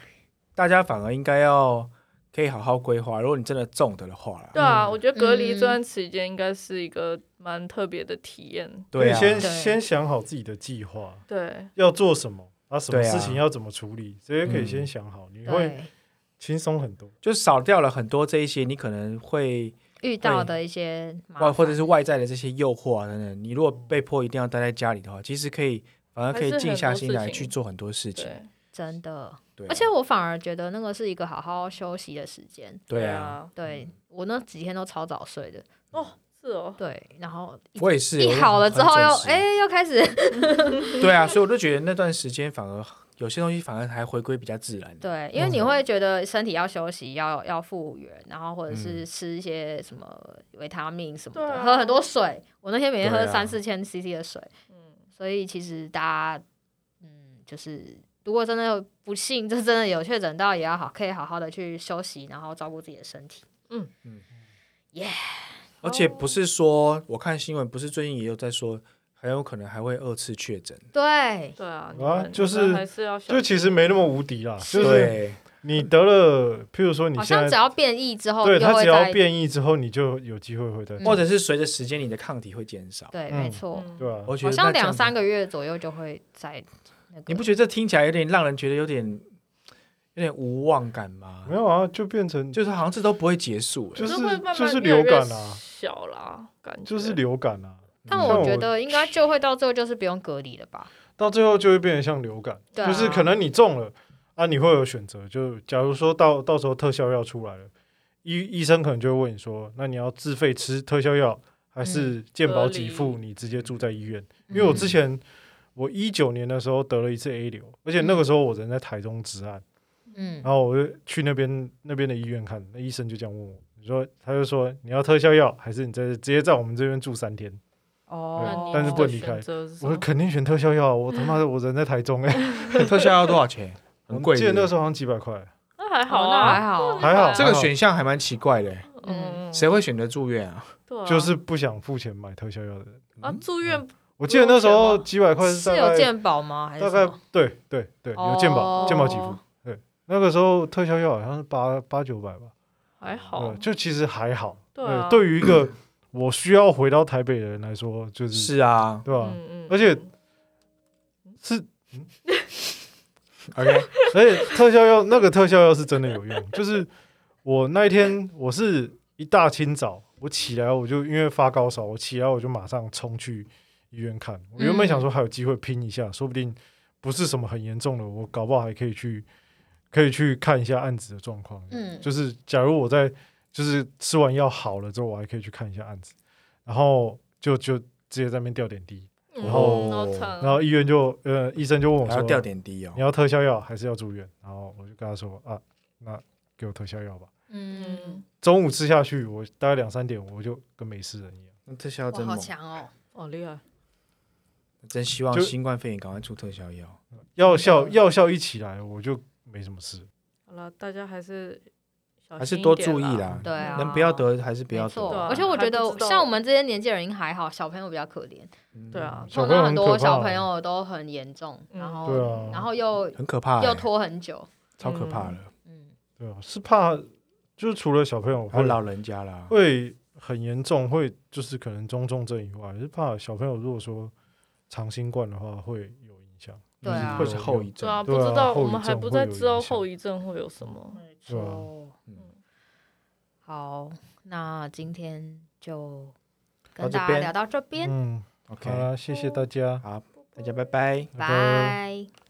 Speaker 1: 大家反而应该要可以好好规划，如果你真的中的话啦，
Speaker 4: 对啊，
Speaker 3: 嗯
Speaker 4: 我觉得隔离
Speaker 5: 嗯
Speaker 4: 这段时间应该是一个蛮特别的体验。
Speaker 1: 对
Speaker 3: 你
Speaker 1: 啊，
Speaker 3: 先
Speaker 5: 对
Speaker 3: 先想好自己的计划，
Speaker 4: 对，
Speaker 3: 要做什么，啊，什么
Speaker 1: 对啊
Speaker 3: 事情要怎么处理，这些可以
Speaker 1: 嗯
Speaker 3: 先想好，你会
Speaker 5: 对
Speaker 3: 轻松很多。
Speaker 1: 就少掉了很多这一些你可能会
Speaker 5: 遇到的一些麻
Speaker 1: 外
Speaker 5: 烦
Speaker 1: 或者是外在的这些诱惑啊等等，你如果被迫一定要待在家里的话，其实可以反而可以静下心来去做很多事情，
Speaker 4: 对，
Speaker 5: 真的，
Speaker 1: 对啊，
Speaker 5: 而且我反而觉得那个是一个好好休息的时间。
Speaker 1: 对啊，
Speaker 4: 啊，
Speaker 5: 对我那几天都超早睡的，
Speaker 4: 哦，是哦，
Speaker 5: 对，然后一
Speaker 1: 我也是
Speaker 5: 一好了之后又，
Speaker 1: 我也很
Speaker 5: 哎又开始，
Speaker 1: *laughs* 准时对啊，所以我就觉得那段时间反而有些东西反而还回归比较自然，
Speaker 5: 对，因为你会觉得身体要休息，要要复原，然后或者是
Speaker 1: 嗯
Speaker 5: 吃一些什么维他命什么
Speaker 4: 对
Speaker 5: 的，
Speaker 4: 啊
Speaker 5: 喝很多水。我那天每天
Speaker 1: 对
Speaker 5: 喝
Speaker 1: 啊
Speaker 5: 三四千 CC 的水，
Speaker 4: 嗯，
Speaker 5: 所以其实大家，嗯，就是如果真的有不幸，就真的有确诊到，也要好，可以好好的去休息，然后照顾自己的身体。
Speaker 4: 嗯
Speaker 1: 嗯
Speaker 5: 耶
Speaker 1: 而且不是说我看新闻，不是最近也有在说，很有可能还会二次确诊，
Speaker 5: 对，
Speaker 4: 对啊，你
Speaker 3: 啊
Speaker 4: 们
Speaker 3: 就是
Speaker 4: 你们还是要小
Speaker 3: 就其实没那么无敌啦，就是
Speaker 1: 对。
Speaker 3: 你得了，譬如说你
Speaker 5: 好像
Speaker 3: 现
Speaker 5: 只
Speaker 3: 在，
Speaker 5: 要变异之后，
Speaker 3: 对
Speaker 5: 又
Speaker 3: 它
Speaker 5: 会
Speaker 3: 只要
Speaker 5: 再
Speaker 3: 变异之后，你就有机会会再，
Speaker 1: 或者是随着时间你的抗体会减少。
Speaker 5: 嗯对，
Speaker 3: 嗯
Speaker 5: 没错，
Speaker 4: 嗯
Speaker 3: 对吧？
Speaker 1: 我觉
Speaker 5: 好
Speaker 1: 得
Speaker 5: 像
Speaker 1: 那这样
Speaker 5: 两
Speaker 1: 子
Speaker 5: 三，个月左右就会再那个。
Speaker 1: 你不觉得这听起来有点让人觉得有点有点无望感吗
Speaker 3: 没？有啊，就变成
Speaker 1: 就是好像这都不会结束、欸
Speaker 3: 就
Speaker 4: 就是会慢慢
Speaker 3: 就是
Speaker 4: 越来
Speaker 3: 流
Speaker 4: 越
Speaker 3: 感啊，
Speaker 4: 小啦，感觉
Speaker 3: 就是流感啊，
Speaker 5: 但
Speaker 3: 像
Speaker 5: 我
Speaker 1: 嗯
Speaker 3: 我
Speaker 5: 觉得应该就会到最后就是不用隔离了吧？
Speaker 3: 到最后就会变得像流感，
Speaker 5: 对啊
Speaker 3: 就是可能你中了啊，你会有选择，就假如说到到时候特效药出来了，医医生可能就会问你说，那你要自费吃特效药，还
Speaker 5: 嗯
Speaker 3: 是健保给付
Speaker 4: 隔
Speaker 3: 你直接住在医院？因为我之前我一九年的时候得了一次 A 流，而且那个时候我人在台中治安，
Speaker 5: 嗯
Speaker 3: 然后我就去那边那边的医院看，那医生就这样问我，你说他就说你要特效药，还是你在直接在我们这边住三天？
Speaker 4: 那
Speaker 6: 哦
Speaker 4: 你，
Speaker 3: 但是不
Speaker 4: 的
Speaker 3: 能离开
Speaker 4: 选择是什
Speaker 3: 我
Speaker 4: 么
Speaker 3: 说肯定选特效药啊，我他
Speaker 4: *laughs*
Speaker 3: 妈的我人在台中哎、
Speaker 1: 特效要多少钱？很
Speaker 3: 我
Speaker 1: 贵。
Speaker 3: 记得那个
Speaker 1: 候
Speaker 3: 时候好像几百块，
Speaker 4: 那还好
Speaker 6: 好，
Speaker 5: 哦
Speaker 6: 那还
Speaker 4: 啦，
Speaker 6: 好，
Speaker 3: 还好
Speaker 1: 这个选项还蛮奇怪的，欸
Speaker 4: 嗯，
Speaker 1: 谁会选择住院啊？
Speaker 4: 对啊
Speaker 3: 就是嗯不想付钱买特效药的人。
Speaker 4: 啊，住院
Speaker 3: 我记得那时候几百块是
Speaker 6: 是
Speaker 3: 大
Speaker 6: 有
Speaker 3: 概
Speaker 6: 健保吗？还是
Speaker 3: 大
Speaker 6: 什
Speaker 3: 概
Speaker 6: 么
Speaker 3: 对对对有健保
Speaker 6: 哦
Speaker 3: 健保给付，对那个时候特效药好像是八八九百吧，
Speaker 4: 还好
Speaker 3: 对，，就其实还好。
Speaker 4: 哦对
Speaker 3: 嗯
Speaker 4: 啊
Speaker 3: 对于一
Speaker 4: *clears throat*
Speaker 3: 个我需要回到台北的人来说，就是
Speaker 1: 是啊
Speaker 3: 对吧？
Speaker 4: 嗯嗯
Speaker 3: 而且
Speaker 4: 嗯
Speaker 3: 是
Speaker 1: ，OK，
Speaker 3: 而且特效药那个特效药是真的有用， *laughs* 就是我那一天我是一大清早我起来我就因为发高烧，我起来我就马上冲去医院看。我原本想说还有机会拼一下，说不定不是什么很严重的，我搞不好还可以去可以去看一下案子的状况。
Speaker 5: 嗯
Speaker 3: 就是假如我在就是吃完药好了之后，我还可以去看一下案子，然后就就直接在那边吊点滴，然后
Speaker 4: 嗯好惨啊
Speaker 3: 然后医院就呃医生就问我
Speaker 1: 还要
Speaker 3: 说
Speaker 1: 吊点滴哦
Speaker 3: 你。要特效药还是要住院？然后我就跟他说啊，那给我特效药吧。
Speaker 5: 嗯
Speaker 4: 嗯，
Speaker 3: 中午吃下去，我大概两三点我就跟没事人一样。
Speaker 1: 那特效药
Speaker 5: 哇，
Speaker 1: 真
Speaker 5: 好
Speaker 1: 猛，
Speaker 5: 强哦！
Speaker 4: 好厉害，
Speaker 1: 真希望
Speaker 3: 就
Speaker 1: 新冠肺炎赶快出特效药。
Speaker 3: 药
Speaker 5: 嗯
Speaker 3: 效药效一起来，我就没什么事。
Speaker 4: 好了，大家还是小
Speaker 1: 还是
Speaker 4: 哦心一
Speaker 1: 多
Speaker 4: 点
Speaker 1: 注意
Speaker 4: 啦
Speaker 1: 啦，
Speaker 6: 对啊，
Speaker 1: 能不要得还是不要
Speaker 6: 没错
Speaker 4: 对
Speaker 1: 得。
Speaker 4: 啊
Speaker 5: 而且我觉
Speaker 4: 还
Speaker 5: 得
Speaker 4: 不知道
Speaker 5: 像我们这些年纪的人已经还好，小朋友比较可怜，
Speaker 1: 嗯
Speaker 4: 对啊，
Speaker 3: 小
Speaker 5: 碰
Speaker 3: 朋友很
Speaker 5: 到很
Speaker 3: 可怕
Speaker 5: 多小朋友都很严重，
Speaker 4: 嗯
Speaker 5: 然后
Speaker 3: 对啊
Speaker 5: 哦
Speaker 3: 哎
Speaker 5: 然后又
Speaker 1: 很可怕欸，
Speaker 5: 又拖很久，
Speaker 1: 超可怕了。
Speaker 5: 嗯
Speaker 3: 对啊，是怕就是除了小朋友
Speaker 1: 还有
Speaker 3: 会
Speaker 1: 老人家啦，
Speaker 3: 会很严重，会就是可能中重症以外，是怕小朋友如果说长新冠的话会有影响。
Speaker 5: 对啊
Speaker 1: 或者是后遗
Speaker 4: 对
Speaker 1: 症。
Speaker 4: 啊，不
Speaker 3: 对啊
Speaker 4: 知道
Speaker 3: 后
Speaker 4: 我
Speaker 3: 遗
Speaker 4: 们还
Speaker 3: 症会
Speaker 4: 不太
Speaker 3: 有
Speaker 4: 知
Speaker 3: 影
Speaker 4: 道
Speaker 3: 响
Speaker 4: 后遗症会有什么。
Speaker 5: 没
Speaker 3: 错对啊
Speaker 1: 嗯
Speaker 5: 哦好，那今天就
Speaker 1: 到
Speaker 5: 跟
Speaker 1: 这
Speaker 5: 大家
Speaker 1: 边
Speaker 5: 聊到这边，
Speaker 3: 嗯，好
Speaker 1: OK，
Speaker 3: 啦，谢谢大家。
Speaker 1: 好，大家拜拜。
Speaker 3: 拜拜
Speaker 5: 拜。